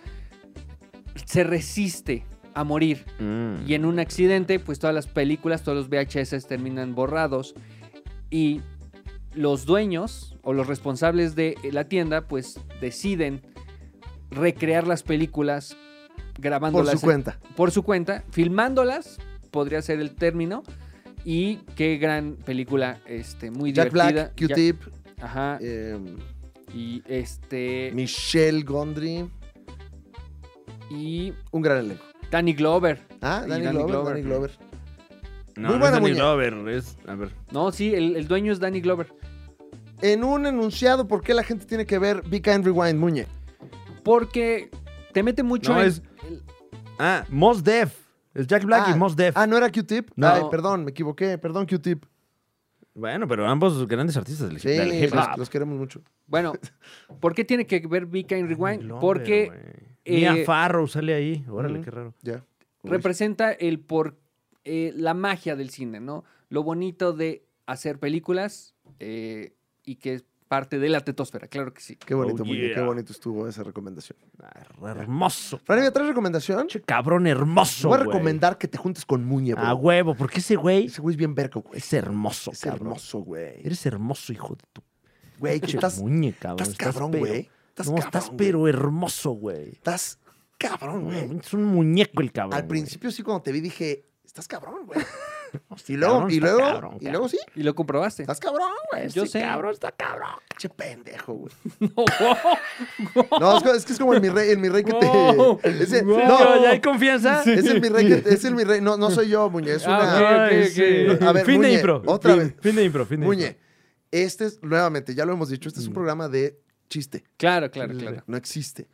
se resiste a morir. Y en un accidente, pues todas las películas, todos los VHS terminan borrados. Y los dueños o los responsables de la tienda, pues deciden recrear las películas Por grabándolas su cuenta. por su cuenta, filmándolas, podría ser el término. Y qué gran película, este, muy Jack divertida. Black, Q-Tip, Jack- Ah. Ajá. eh, y este. Michelle Gondry, Y un gran elenco. Danny Glover. Ah, Y Danny, Danny Glover, Glover. Danny Glover. No, Muy no buena es Danny muñeca. Glover, es- a ver. No, sí, el, el dueño es Danny Glover. En un enunciado, ¿por qué la gente tiene que ver Be Kind Rewind, Muñe? Porque te mete mucho No, en- es- Ah, Mos Def. Es Jack Black ah, y Mos Def. Ah, ¿no era Q-Tip? No. Ay, perdón, me equivoqué. Perdón, Q-Tip. Bueno, pero ambos grandes artistas del, Sí, del hip los, hop. los queremos mucho. Bueno, ¿por qué tiene que ver Vika en Rewind? Glover, Porque güey. Mia eh, Farrow sale ahí. Órale, Ujú. qué raro. Ya. Uy. representa el por eh, la magia del cine, ¿no? Lo bonito de hacer películas eh, y que es parte de la tetosfera, claro que sí. Qué bonito, Oh, Muñe. Qué yeah. bonito estuvo esa recomendación. Ah, hermoso. Ah. Franivia, ¿traes recomendación? Che, cabrón hermoso. Te voy a güey. Ah, recomendar que te juntes con Muñe, güey. A huevo, porque ese güey Ese güey es bien verco, güey. es hermoso, Es cabrón. hermoso, güey. Eres hermoso, hijo de tu Güey, que pinche estás, muñe, cabrón. estás cabrón, pero- güey. Estás no, cabrón, estás güey. pero hermoso, güey. Estás cabrón, güey. Es un muñeco el cabrón. Al güey. principio sí, cuando te vi, dije, estás cabrón, güey. No, este Y luego, cabrón y está luego, cabrón, y luego Ah, sí, Y lo comprobaste. estás cabrón, güey. cabrón. yo Este sé. cabrón está cabrón. Che pendejo, güey. No, No, es, co- es que es como el mi rey, el mi rey que te. Wow. Es el, Wow. No, Pero, ¿Ya hay confianza? es el mi rey que te- es el mi rey. No, no soy yo, Muñe. Es Ah, una. ok. Ay, sí. A ver, fin Muñe, de impro. otra Fin- vez. Fin de impro, fin de Muñe, impro. este es, nuevamente, ya lo hemos dicho, Mm. este es un programa de chiste. claro, claro, claro. No existe.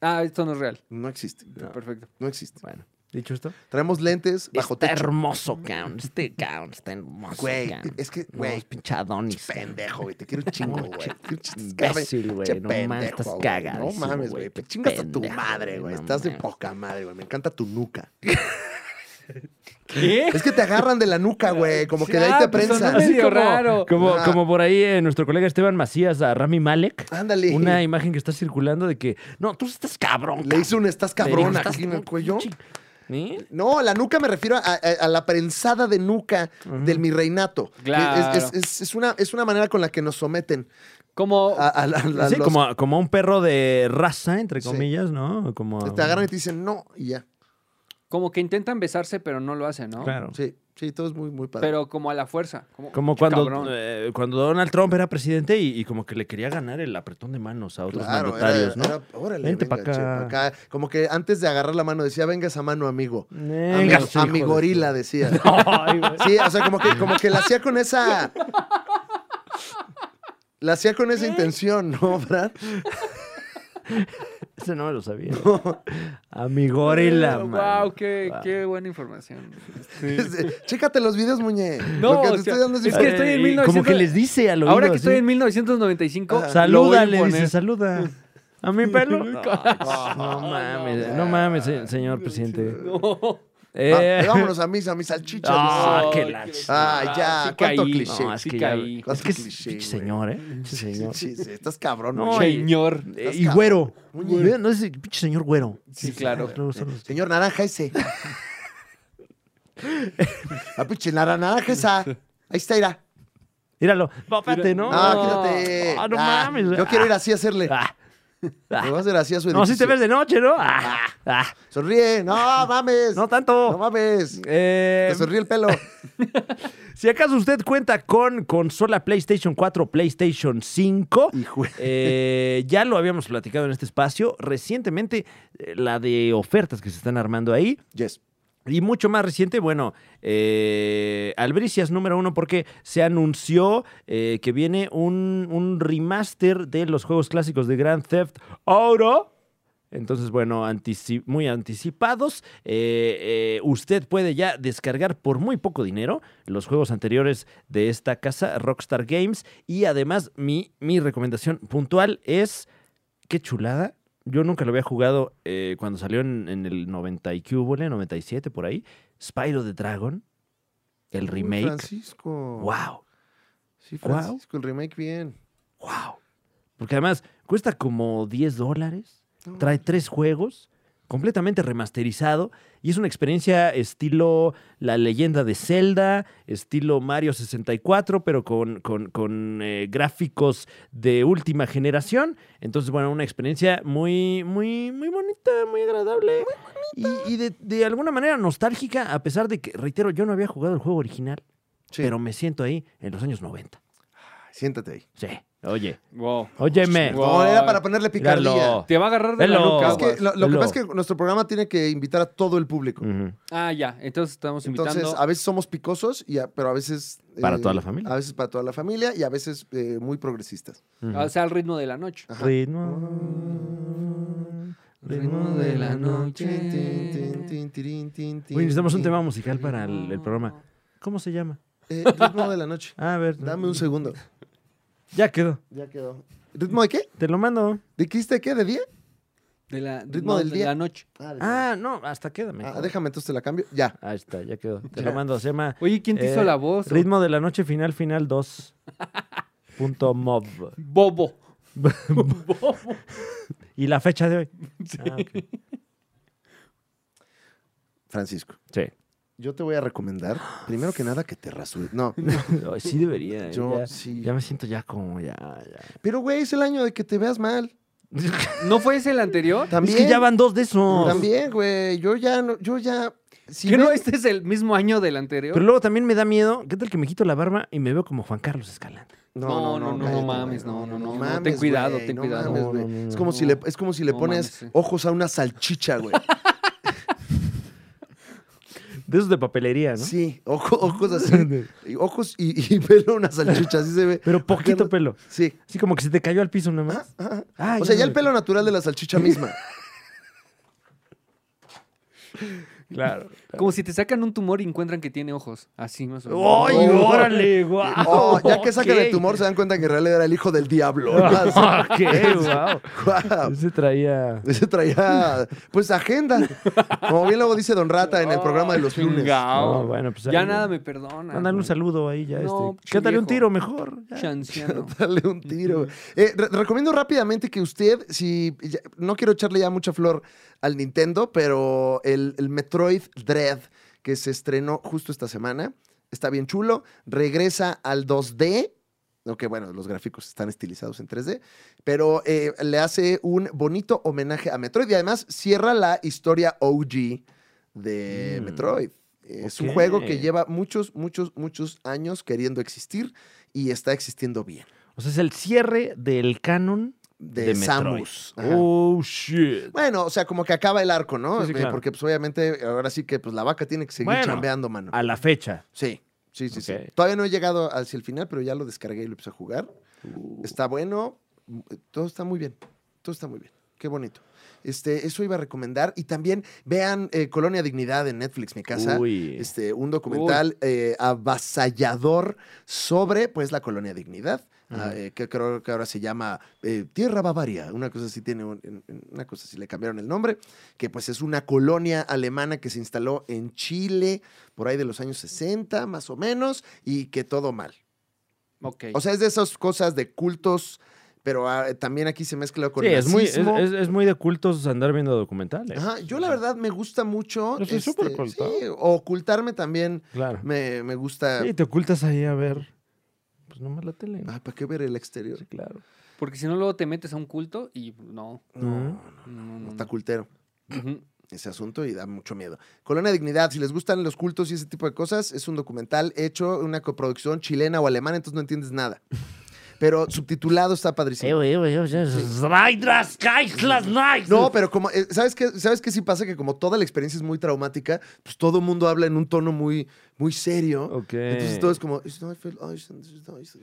Ah, esto no es real. No existe. Perfecto. No existe. Bueno, dicho esto. Traemos lentes bajo está techo. hermoso, cabrón. Este cabrón está hermoso, Güey, cabrón. es que, No, güey, es pinche Adonis. pendejo, güey. Te quiero un chingo, güey. Te quiero un chingo, Imbécil, güey. Che, No mames, pendejo, estás güey. cagadísimo, No mames, güey. güey. Qué Te chingas a tu pendejo, madre, güey. no Estás de mames. poca madre, güey. Me encanta tu nuca. ¿Qué? Es que te agarran de la nuca, güey. Como que de ahí te Ah, pues, prensas. no me- medio raro. Como, Ajá. como por ahí eh, nuestro colega Esteban Macías a Rami Malek. Ándale. Una imagen que está circulando de que, no, tú estás cabrón. Le hice un estás cabrón estás aquí en el muy cuello. chi- ¿Eh? No, la nuca me refiero a, a- a la prensada de nuca del mi reinato. Claro. Es, es- es- es una, es una manera con la que nos someten Como a, a- a- a Sí, los- como, como un perro de raza, entre Sí. comillas, ¿no? Como, Te agarran y te dicen no y ya. Como que intentan besarse, pero no lo hacen, ¿no? Claro. Sí, sí, todo es muy, muy padre. Pero como a la fuerza. Como, Como Che, cuando, cabrón. eh, cuando Donald Trump era presidente y, y como que le quería ganar el apretón de manos a otros claro, era- mandatarios, ¿no? era, órale, Vente venga, pa' acá. che, pa' acá. Como que antes de agarrar la mano decía, venga esa mano, amigo. Venga, Amigo- hijo a mi de- gorila, decía. Ay, güey. Sí, o sea, como que, como que la hacía con esa. La hacía con esa intención, ¿no, Brad? Ese no me lo sabía. A mi gorila, Wow, man. qué, Wow. qué buena información. Este, Chécate los videos, muñe. No, Lo que te o sea, estoy dando es es que estoy en Eh, y 1900 Como que les dice al oído. Ahora que así, estoy en 1995, Ajá. Saluda, lo voy a le dice, poner. saluda. A mi pelo. No, no, mames, no mames, se- señor presidente. No. Eh, Ah, vámonos a mis, a mis salchichas. Ah, dice. qué Ay, la- qué- Ah, ya, sí cuánto caí. cliché. no, es sí que ya- caí. Es que es Cliché, pinche güey. señor, ¿eh? Pinche señor. Sí, sí, estás cabrón, No, muñe. Señor. Eh, y cabrón. güero. Muñe. Ve, No es el pinche señor güero. Sí, claro. Luego son los- Señor naranja ese. La pinche nara- naranja esa. Ahí está, irá. Míralo. No, espérate, ¿no? Ah, No. quítate. Ah, no mames, güey. Yo quiero ir así a hacerle. Ah. Ah. Me voy a hacer así a su No, si te edificio. ves de noche, ¿no? Ah, ah. Sonríe. No mames. No tanto. No mames. Eh, Te sonríe el pelo. si acaso usted cuenta con consola PlayStation 4, PlayStation 5, Hijo. eh, ya lo habíamos platicado en este espacio. Recientemente, eh, la de ofertas que se están armando ahí. Yes. Y mucho más reciente, bueno, eh, Albricias número uno, porque se anunció eh, que viene un, un remaster de los juegos clásicos de Grand Theft Auto. Entonces, bueno, antici- muy anticipados. Eh, eh, usted puede ya descargar por muy poco dinero los juegos anteriores de esta casa, Rockstar Games. Y además, mi, mi recomendación puntual es, qué chulada. Yo nunca lo había jugado eh, cuando salió en, en el 90 y qué hubo, le, 97 por ahí. Spyro the Dragon, el remake. Francisco. ¡Wow! Sí, Guau. Francisco, el remake bien. ¡Wow! Porque además cuesta como 10 dólares, No, trae tres juegos, completamente remasterizado, y es una experiencia estilo La leyenda de Zelda, estilo Mario 64, pero con, con- con, eh, gráficos de última generación. Entonces, bueno, una experiencia muy, muy, muy bonita, muy agradable. Y, y de, de alguna manera nostálgica, a pesar de que, reitero, yo no había jugado el juego original, sí. pero me siento ahí en los años 90. Siéntate ahí. Sí, oye. Wow. Óyeme. Guau. No, era para ponerle picardía. Eh, Míralo. Te va a agarrar de la Velo. nuca. Es que aguas. lo, lo que Lelo. pasa es que nuestro programa tiene que invitar a todo el público. Ujú. Ah, ya. Entonces estamos Entonces, invitando. a veces somos picosos, y a- pero a veces... eh, Para toda la familia. A veces para toda la familia y a veces eh, muy progresistas. Ujú. O sea, al ritmo de la noche. Ah, Ajá. Ritmo. Ritmo de la noche. Tin, tin, tin, tirín, tin, tin, Uy, necesitamos un tin. tema musical para el, el programa. ¿Cómo se llama? Ah, Eh, ritmo de la noche. A ver. Dame un segundo. Ya quedó. Ya quedó. ¿Ritmo de qué? Te lo mando. ¿Dijiste qué? ¿De día? De la, Ritmo no, del de día. la noche. Ah, no, hasta quédame. Ah, déjame, entonces te la cambio. Ya. Ahí está, ya quedó. Te lo mando. Se llama Oye, ¿quién te Eh, hizo la voz? Ritmo de la Noche Final Final 2. Punto mob. Bobo. Bobo. y la fecha de hoy. Ah, ok. Francisco, Sí. yo te voy a recomendar, primero que nada, que te rasures. No, Ay, sí debería. eh. yo ya, sí. ya me siento ya como ya. ya. Pero, güey, es el año de que te veas mal. ¿No fue ese el anterior? También. Es que ya van dos de esos. También, güey. Yo ya, no, yo ya. Si ¿Que ven- no este es el mismo año del anterior? Pero luego también me da miedo. ¿Qué tal que me quito la barba y me veo como Juan Carlos Escalante? No, no, no, mames, güey, no, no, no, no, ten cuidado, güey, ten no cuidado. mames, No, güey. no, no, es no. como si le, es como si le No pones mames, sí. ojos a una salchicha, güey. De esos de papelería, ¿no? Sí, ojo- ojos así. y ojos y, y pelo a una salchicha, así se ve. Pero poquito Bajando- pelo. Sí. Así como que se te cayó al piso nada más. Ah, o sea, no ya el me- pelo natural de la salchicha misma. Claro. Como si te sacan un tumor y encuentran que tiene ojos. Así más o menos. ¡Ay, Oh. órale! ¡Guau! Oh, ya que sacan el Ok. tumor, se dan cuenta que en realidad era el hijo del diablo. ok, guau. Guau. Ese traía. Ese traía, pues, agenda. Como bien luego dice Don Rata en el programa de los lunes. Chingao. No, bueno, pues ya ahí- nada me perdona. Mándale un saludo ahí ya. No, este. ¿Qué tal un viejo. tiro mejor? Ya. Chanciano. Dale un tiro. Eh, re- recomiendo rápidamente que usted, si ya- no quiero echarle ya mucha flor al Nintendo, pero el, el Metroid Dread que se estrenó justo esta semana está bien chulo. Regresa al 2D. Aunque bueno, los gráficos están estilizados en 3D, pero eh, le hace un bonito homenaje a Metroid y además cierra la historia OG de Mm. Metroid. Es un Ok. juego que lleva muchos, muchos, muchos años queriendo existir y está existiendo bien O sea, es el cierre del canon de, de, Metroid. Samus. Ajá. Oh, shit. Bueno, o sea, como que acaba el arco, ¿no? Sí, sí, Eh, claro. Porque pues obviamente ahora sí que pues la vaca tiene que seguir Bueno. chambeando, mano. A la fecha. Sí, sí, sí, sí. Ok. Todavía no he llegado hacia el final, pero ya lo descargué y lo empecé a jugar. Uh. Está bueno, m- todo está muy bien, todo está muy bien. Qué bonito. Este, eso iba a recomendar. Y también vean eh, Colonia Dignidad en Netflix, mi casa. Uy. Este, un documental eh, avasallador sobre pues la colonia Dignidad, ah, eh, que creo que ahora se llama eh, Tierra Bavaria, una cosa así tiene un- en- en- una cosa así le cambiaron el nombre, que pues es una colonia alemana que se instaló en Chile por ahí de los años 60 más o menos y que todo mal. ok. O sea, es de esas cosas de cultos, pero ah, también aquí se mezcla con Sí, es muy, es, nazismo. es- es muy de cultos andar viendo documentales. Ajá, yo la verdad me gusta mucho este, Yo soy Pues súper ocultado. sí, ocultarme también Claro. me, me gusta Sí, te ocultas ahí a ver. Pues nomás la tele. ¿no? Ay, ¿para qué ver el exterior? Sí, claro. Porque si no, luego te metes a un culto y no. No. no, no, No no. está cultero Ujú. ese asunto y da mucho miedo. Colonia Dignidad, si les gustan los cultos y ese tipo de cosas, es un documental hecho en una coproducción chilena o alemana, entonces no entiendes nada. Pero subtitulado está padrísimo. Raidras, Kaislas, Nice. No, pero como, eh, ¿sabes qué? ¿Sabes qué sí pasa? Que como toda la experiencia es muy traumática, pues todo el mundo habla en un tono muy, muy serio. Ok. Entonces todo es como... "It's not fair, oh, it's not- it's not- it's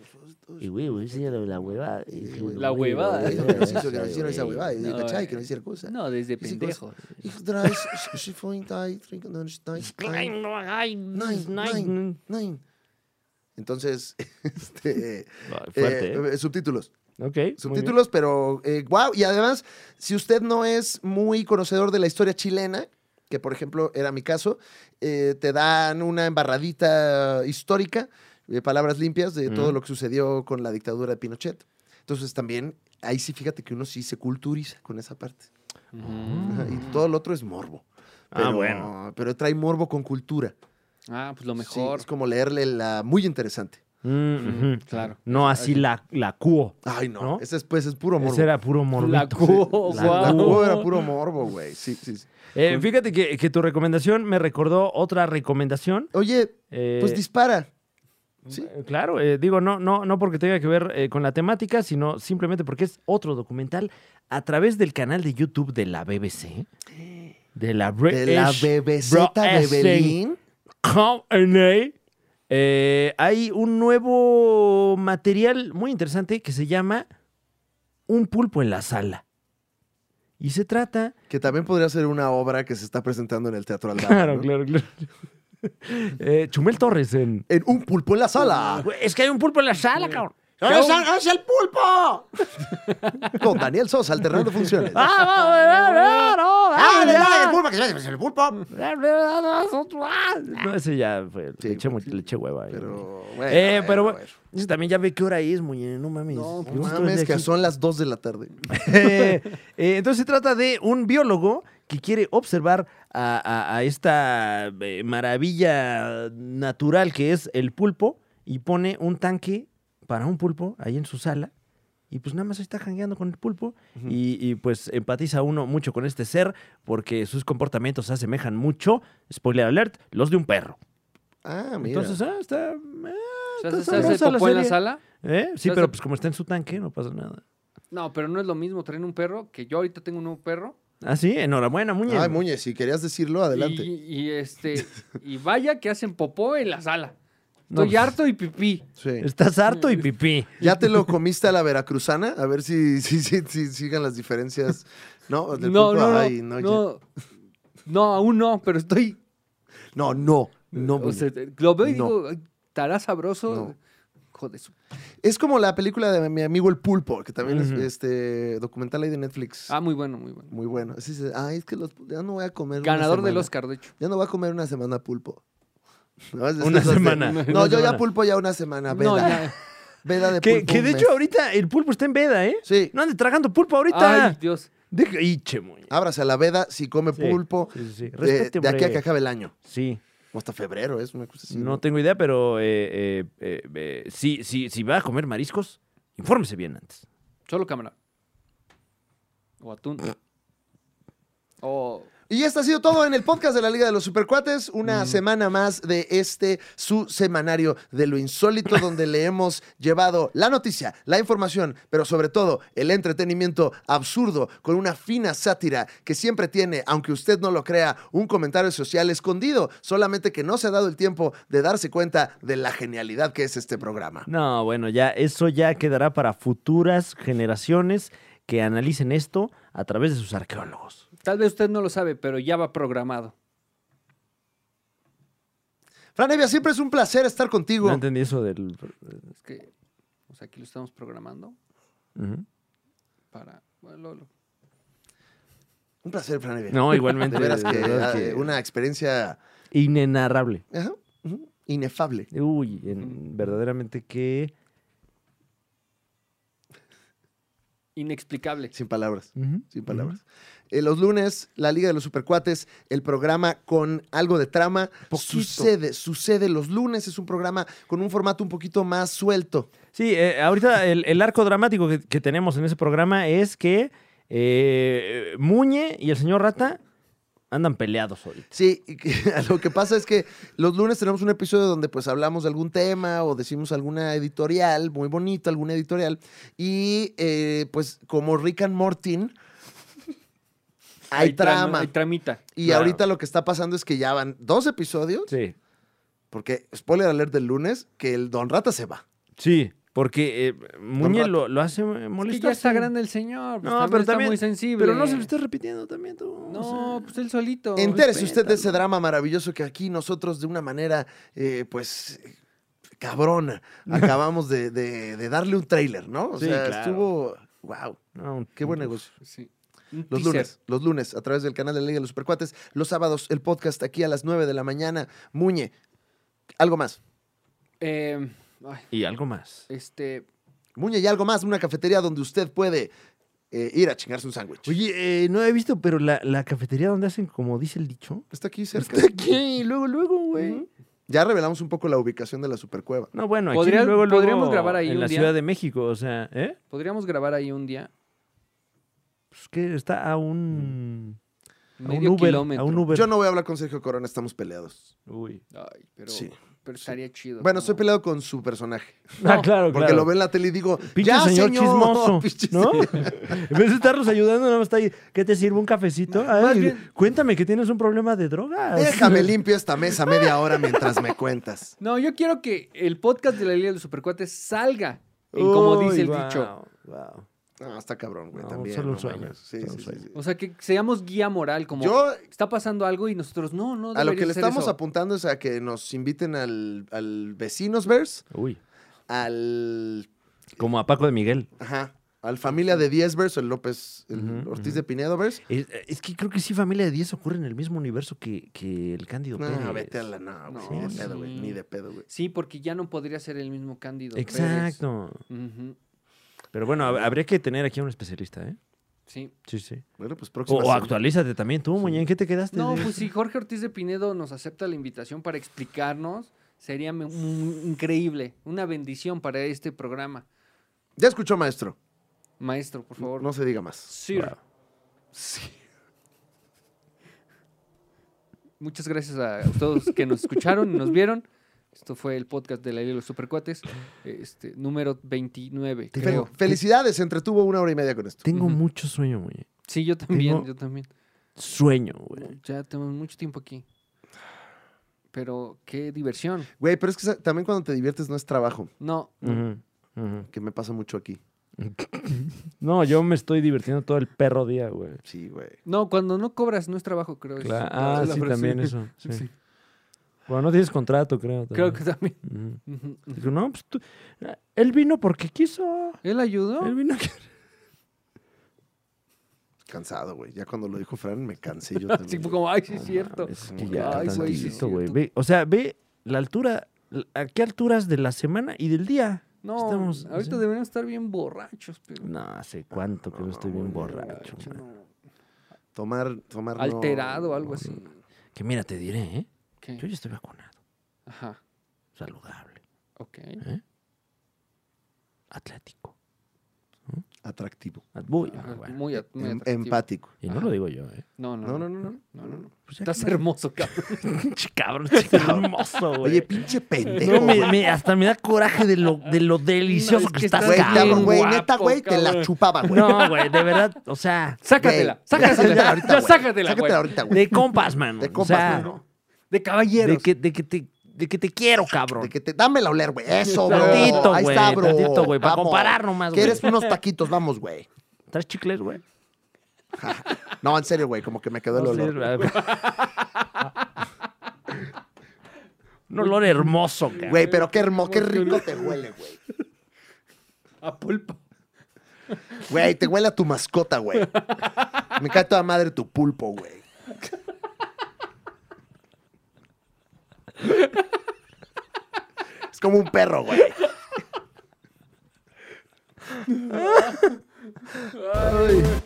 not- Y güey, güey, sí, la huevada. La huevada. Ay, no, que sí, que no hicieron esa huevada, y No, cachai, eh. que no hicieron cosa. No, desde Sí, sí, cosa. pendejo. Ich dreis, ich- ich fahre in drei, drei, neun, neun, nein, nein, mm, nein, nein. Entonces, este, eh, Fuerte. ¿eh? eh, subtítulos. Ok. muy bien. Subtítulos, pero wow. Y además, si usted no es muy conocedor de la historia chilena, que por ejemplo era mi caso, eh, te dan una embarradita histórica, eh, palabras limpias de todo Mm. lo que sucedió con la dictadura de Pinochet. Entonces también, ahí sí fíjate que uno sí se culturiza con esa parte. Ajá, Y todo lo otro es morbo. Mm. Ah, Pero, bueno. Pero trae morbo con cultura. Ah, pues lo Sí, mejor. es como leerle la muy interesante. Mm, ujú. Claro. No así la, la cuo. Ay, no. ¿No? Ese es, pues, es puro morbo. Ese era puro morbito. La cuo, La- guau. la cueva era puro morbo, güey. Sí, sí, sí. Eh, fíjate que, que tu recomendación me recordó otra recomendación. Oye, Eh, pues dispara. sí. eh, Claro, eh, digo, no, no, no porque tenga que ver eh, con la temática, sino simplemente porque es otro documental a través del canal de YouTube de la BBC. De la British De la bebeceta de Broadcasting Belín. Company. Eh, hay un nuevo material muy interesante que se llama Un pulpo en la sala. Y se trata Que también podría ser una obra que se está presentando en el Teatro Aldama. Claro, ¿no? claro, claro. Eh, Chumel Torres en. En Un Pulpo en la Sala, Es que hay un pulpo en la sala, cabrón. ¡No es, el- es el pulpo! con Daniel Sosa alternando funciones. ¡Ah, de la- el pulpo! ¡Que se vea, es el pulpo! Ah. No, ese ya fue. Sí, le, eché, güey. le eché hueva. ahí. Pero, bueno. Eh, bueno, pero bueno, bueno. ese también ya ve qué hora es, muñe, no mames. No, Justo pues, es de mames, que aquí. son las 2 de la tarde. Eh, eh, entonces se trata de un biólogo que quiere observar a, a- a esta eh, maravilla natural que es el pulpo y pone un tanque para un pulpo ahí en su sala y pues nada más está jangueando con el pulpo y, y, pues empatiza uno mucho con este ser porque sus comportamientos se asemejan mucho, spoiler alert, los de un perro. Ah, mira. Entonces, ah, está... eh, O sea, está ¿Se hace sabrosa la popó en la serie. sala? ¿eh? Sí, Entonces- pero pues como está en su tanque no pasa nada. No, pero no es lo mismo traer un perro, que yo ahorita tengo un nuevo perro. Ah, sí, enhorabuena, Muñe. Ay, Muñe, si querías decirlo, adelante. Y, y, este, y vaya que hacen popó en la sala. No, Estoy pues- harto y pipí. Sí. Estás harto Mm. y pipí. ¿Ya te lo comiste a la veracruzana? A ver si, si, si, si sigan las diferencias. No, del No, pulpo, no, no, ay, no, ya. no, no, aún no, pero estoy... No, no, no, o Muñe. sea, lo veo y No. digo, "Ay, estará sabroso. No. Joder, su- Es como la película de mi amigo El Pulpo, que también Ujú. es este documental ahí de Netflix. Ah, muy bueno, muy bueno. Muy bueno. Así se- ay, es que los, ya no voy a comer. una Ganador del semana. Oscar, de hecho. Ya no voy a comer una semana pulpo. No, es- Una es así. semana. No, Una yo semana. ya pulpo ya una semana. Veda. No, ya. Veda de Que, pulpo. que un de mes. hecho ahorita el pulpo está en veda, ¿eh? Sí. No andes tragando pulpo ahorita. Ay, Dios. Deja- y che, muñe. Ábrase a la veda si come Sí, pulpo. sí, sí, sí. de- Respete, de, aquí a que hombre. acabe el año. Sí, O hasta febrero, es una cosa así. no tengo idea, pero eh, eh, eh, eh, si, si, si va a comer mariscos, infórmese bien antes. Solo cámara. O atún. Ah. O... Y esto ha sido todo en el podcast de la Liga de los Supercuates. Mm. Una semana más de este su semanario de lo insólito, donde le hemos llevado la noticia, la información, pero sobre todo el entretenimiento absurdo con una fina sátira que siempre tiene, aunque usted no lo crea, un comentario social escondido, solamente que no se ha dado el tiempo de darse cuenta de la genialidad que es este programa. No, bueno, ya eso ya quedará para futuras generaciones que analicen esto a través de sus arqueólogos. Tal vez usted no lo sabe, pero ya va programado. Fran Evia, siempre es un placer estar contigo. No entendí eso del... Es que, o sea, aquí lo estamos programando Ujú. para... bueno, lo- lo- Un placer, Fran Evia. No, igualmente. De veras que, de verdad eh, que- una experiencia Inenarrable. ajá, ujú, inefable. Uy, en- verdaderamente que... Inexplicable. Sin palabras. Ujú, Sin ujú. palabras. Eh, los lunes, la Liga de los Supercuates, el programa con algo de trama. Poquito. Sucede, sucede. Los lunes es un programa con un formato un poquito más suelto. Sí, eh, ahorita el, el arco dramático que, que tenemos en ese programa es que eh, Muñe y el señor Rata Andan peleados ahorita. Sí, y que- lo que pasa es que los lunes tenemos un episodio donde pues hablamos de algún tema o decimos alguna editorial, muy bonita, alguna editorial. Y eh, pues como Rick and Mortin, hay, trama. Hay tramita. y claro. ahorita lo que está pasando es que ya van dos episodios, Sí. porque spoiler alert del lunes, que el Don Rata se va. Sí, porque eh, Muñe Rata. lo, lo hace Es que molestar. ya está grande el señor. pues, No, también pero está también- muy sensible. Pero no se lo está repitiendo también tú. o No, sea. pues él solito. Este, Entérese usted de ese drama maravilloso que aquí nosotros de una manera, eh, pues, cabrona, acabamos de, de- de darle un tráiler, ¿no? O Sí, sea, claro. estuvo, wow, No, qué buen negocio. Sí. Los lunes, los lunes, a través del canal de la Liga de los Supercuates. Los sábados, el podcast aquí a las 9 de la mañana. Muñe, algo más. Eh, ay, Y algo más. este. Muñe y algo más, una cafetería donde usted puede eh, ir a chingarse un sándwich. Oye, eh, no he visto, pero la, la cafetería donde hacen, como dice el dicho. Está aquí cerca. Está aquí, y luego, luego, güey. Ya revelamos un poco la ubicación de la Supercueva. No, bueno, aquí Podría- luego, luego podríamos grabar ahí en un la día. Ciudad de México, o sea, ¿eh? Podríamos grabar ahí un día. Pues que está a un, a un Medio Uber, kilómetro. a un Uber. Yo no voy a hablar con Sergio Corona, estamos peleados. Uy. Ay, pero, Sí, pero estaría chido. Bueno, como- estoy peleado con su personaje. ah, claro, Porque claro. lo ve en la tele y digo, Pinche ya, señor, señor, chismoso, pinche ¿no? en vez de estarnos ayudando, nada más está ahí, ¿qué te sirve un cafecito? Ay, más bien- Cuéntame que tienes un problema de drogas. Déjame limpio esta mesa media hora mientras me cuentas. No, yo quiero que el podcast de la Liga de los Supercuates salga. en como Uy, dice el guau, dicho. guau. No, está cabrón, güey, No, también. solo un no sueño, mames. Sí, solo un sí, sí, sueño. sí. O sea, que seamos guía moral, como Yo está pasando algo y nosotros no, no. A lo que deberías le hacer estamos eso. apuntando es a que nos inviten al, al vecinos verse, Uy, al como a Paco de Miguel. ajá, al familia de 10 verse, el López, el Ujú, Ortiz ujú. de Pinedo verse. Es, es que creo que sí, Familia de 10 ocurre en el mismo universo que, que el Cándido Pérez. No, vete a la no, güey, ni No, de pedo, güey, sí. ni de pedo, güey. Sí, porque ya no podría ser el mismo Cándido. Pérez. Exacto. Ujú, Pero bueno, hab- habría que tener aquí a un especialista, ¿eh? Sí. Sí, sí. Bueno, pues O, próxima. o semana. actualízate también tú, Muñe, ¿en qué te Este quedaste? No, de- pues si Jorge Ortiz de Pinedo nos acepta la invitación para explicarnos, sería me- un- increíble, una bendición para este programa. Ya escuchó, maestro. Maestro, por favor. No se diga más. Sir. Wow. Muchas gracias a todos que nos escucharon y nos vieron. Esto fue el podcast de la Liga de los Supercuates, este, número 29, Te- Fel- creo. felicidades, se entretuvo una hora y media con esto. Tengo Ujú. mucho sueño, Muñe. Sí, yo también, Tengo- yo también. Sueño, güey. Ya tenemos mucho tiempo aquí. Pero qué diversión. Güey, pero es que sa- también cuando te diviertes no es trabajo, No, Ujú, ujú. que me pasa mucho aquí. No, yo me estoy divirtiendo todo el perro día, güey. Sí, güey. no, cuando no cobras no es trabajo, creo. es- Cla- ah, es la sí, frase. también eso. sí. Sí. Bueno, no tienes contrato, creo. Creo también. que también. Ujú. Ujú, ujú. Digo, no, pues tú... Él vino porque quiso. ¿Él ayudó? Él vino que... Cansado, güey. Ya cuando lo dijo Fran me cansé yo también. Así fue como, ay, sí es cierto. Ah, Es como que que, ya, ay, güey, sí es tantito, güey. cierto. Ve- O sea, ve la altura, l- a qué alturas de la semana y del día. No, Estamos- ahorita sí. deberíamos estar bien borrachos, pero... No, hace cuánto que no estoy bien borracho. borracho, güey. no. Tomar, tomar. no. Alterado o algo así. Que mira, te diré, ¿eh? ¿Qué? Yo ya estoy vacunado, Ajá, saludable, ok. ¿eh? Atlético. Atractivo. At- Voy, Ajá, ah, bueno. Muy, at- muy Em- atractivo. empático. Y no Ajá. lo digo yo, ¿eh? No, no, No, no, no, no. no, no, no. Pues ya Estás que- hermoso, cabrón. Pinche cabrón, estás hermoso, güey. Oye, pinche pendejo. No, me- güey. me- hasta me da coraje de lo, de lo delicioso es que, que estás, Güey, estás te cabrón. amo, güey, guapo, neta, güey, te la cabrón. chupaba, güey. No, güey, de verdad, o sea, Sácatela, Güey, sácatela. sácatela Ya, ahorita, güey. sácatela, güey. Sácatela ahorita, güey. de compas, mano. De o compas, sea, güey, ¿no? De caballeros. de que, de que te, de que te quiero, cabrón. De que te, dámela a oler, güey. Eso, bro. Tantito, Ahí güey, está, bro. tantito, güey, para Vamos. comparar nomás, güey. ¿Quieres unos taquitos? Vamos, güey. ¿Traes chicles, güey? No, en serio, güey, como que me quedó el No, olor. Un olor hermoso, cabrón. Güey, pero qué hermoso, qué rico te huele, güey. A pulpo. Güey, te huele a tu mascota, güey. Me cae toda madre tu pulpo, güey. Es como un perro, güey. Ay,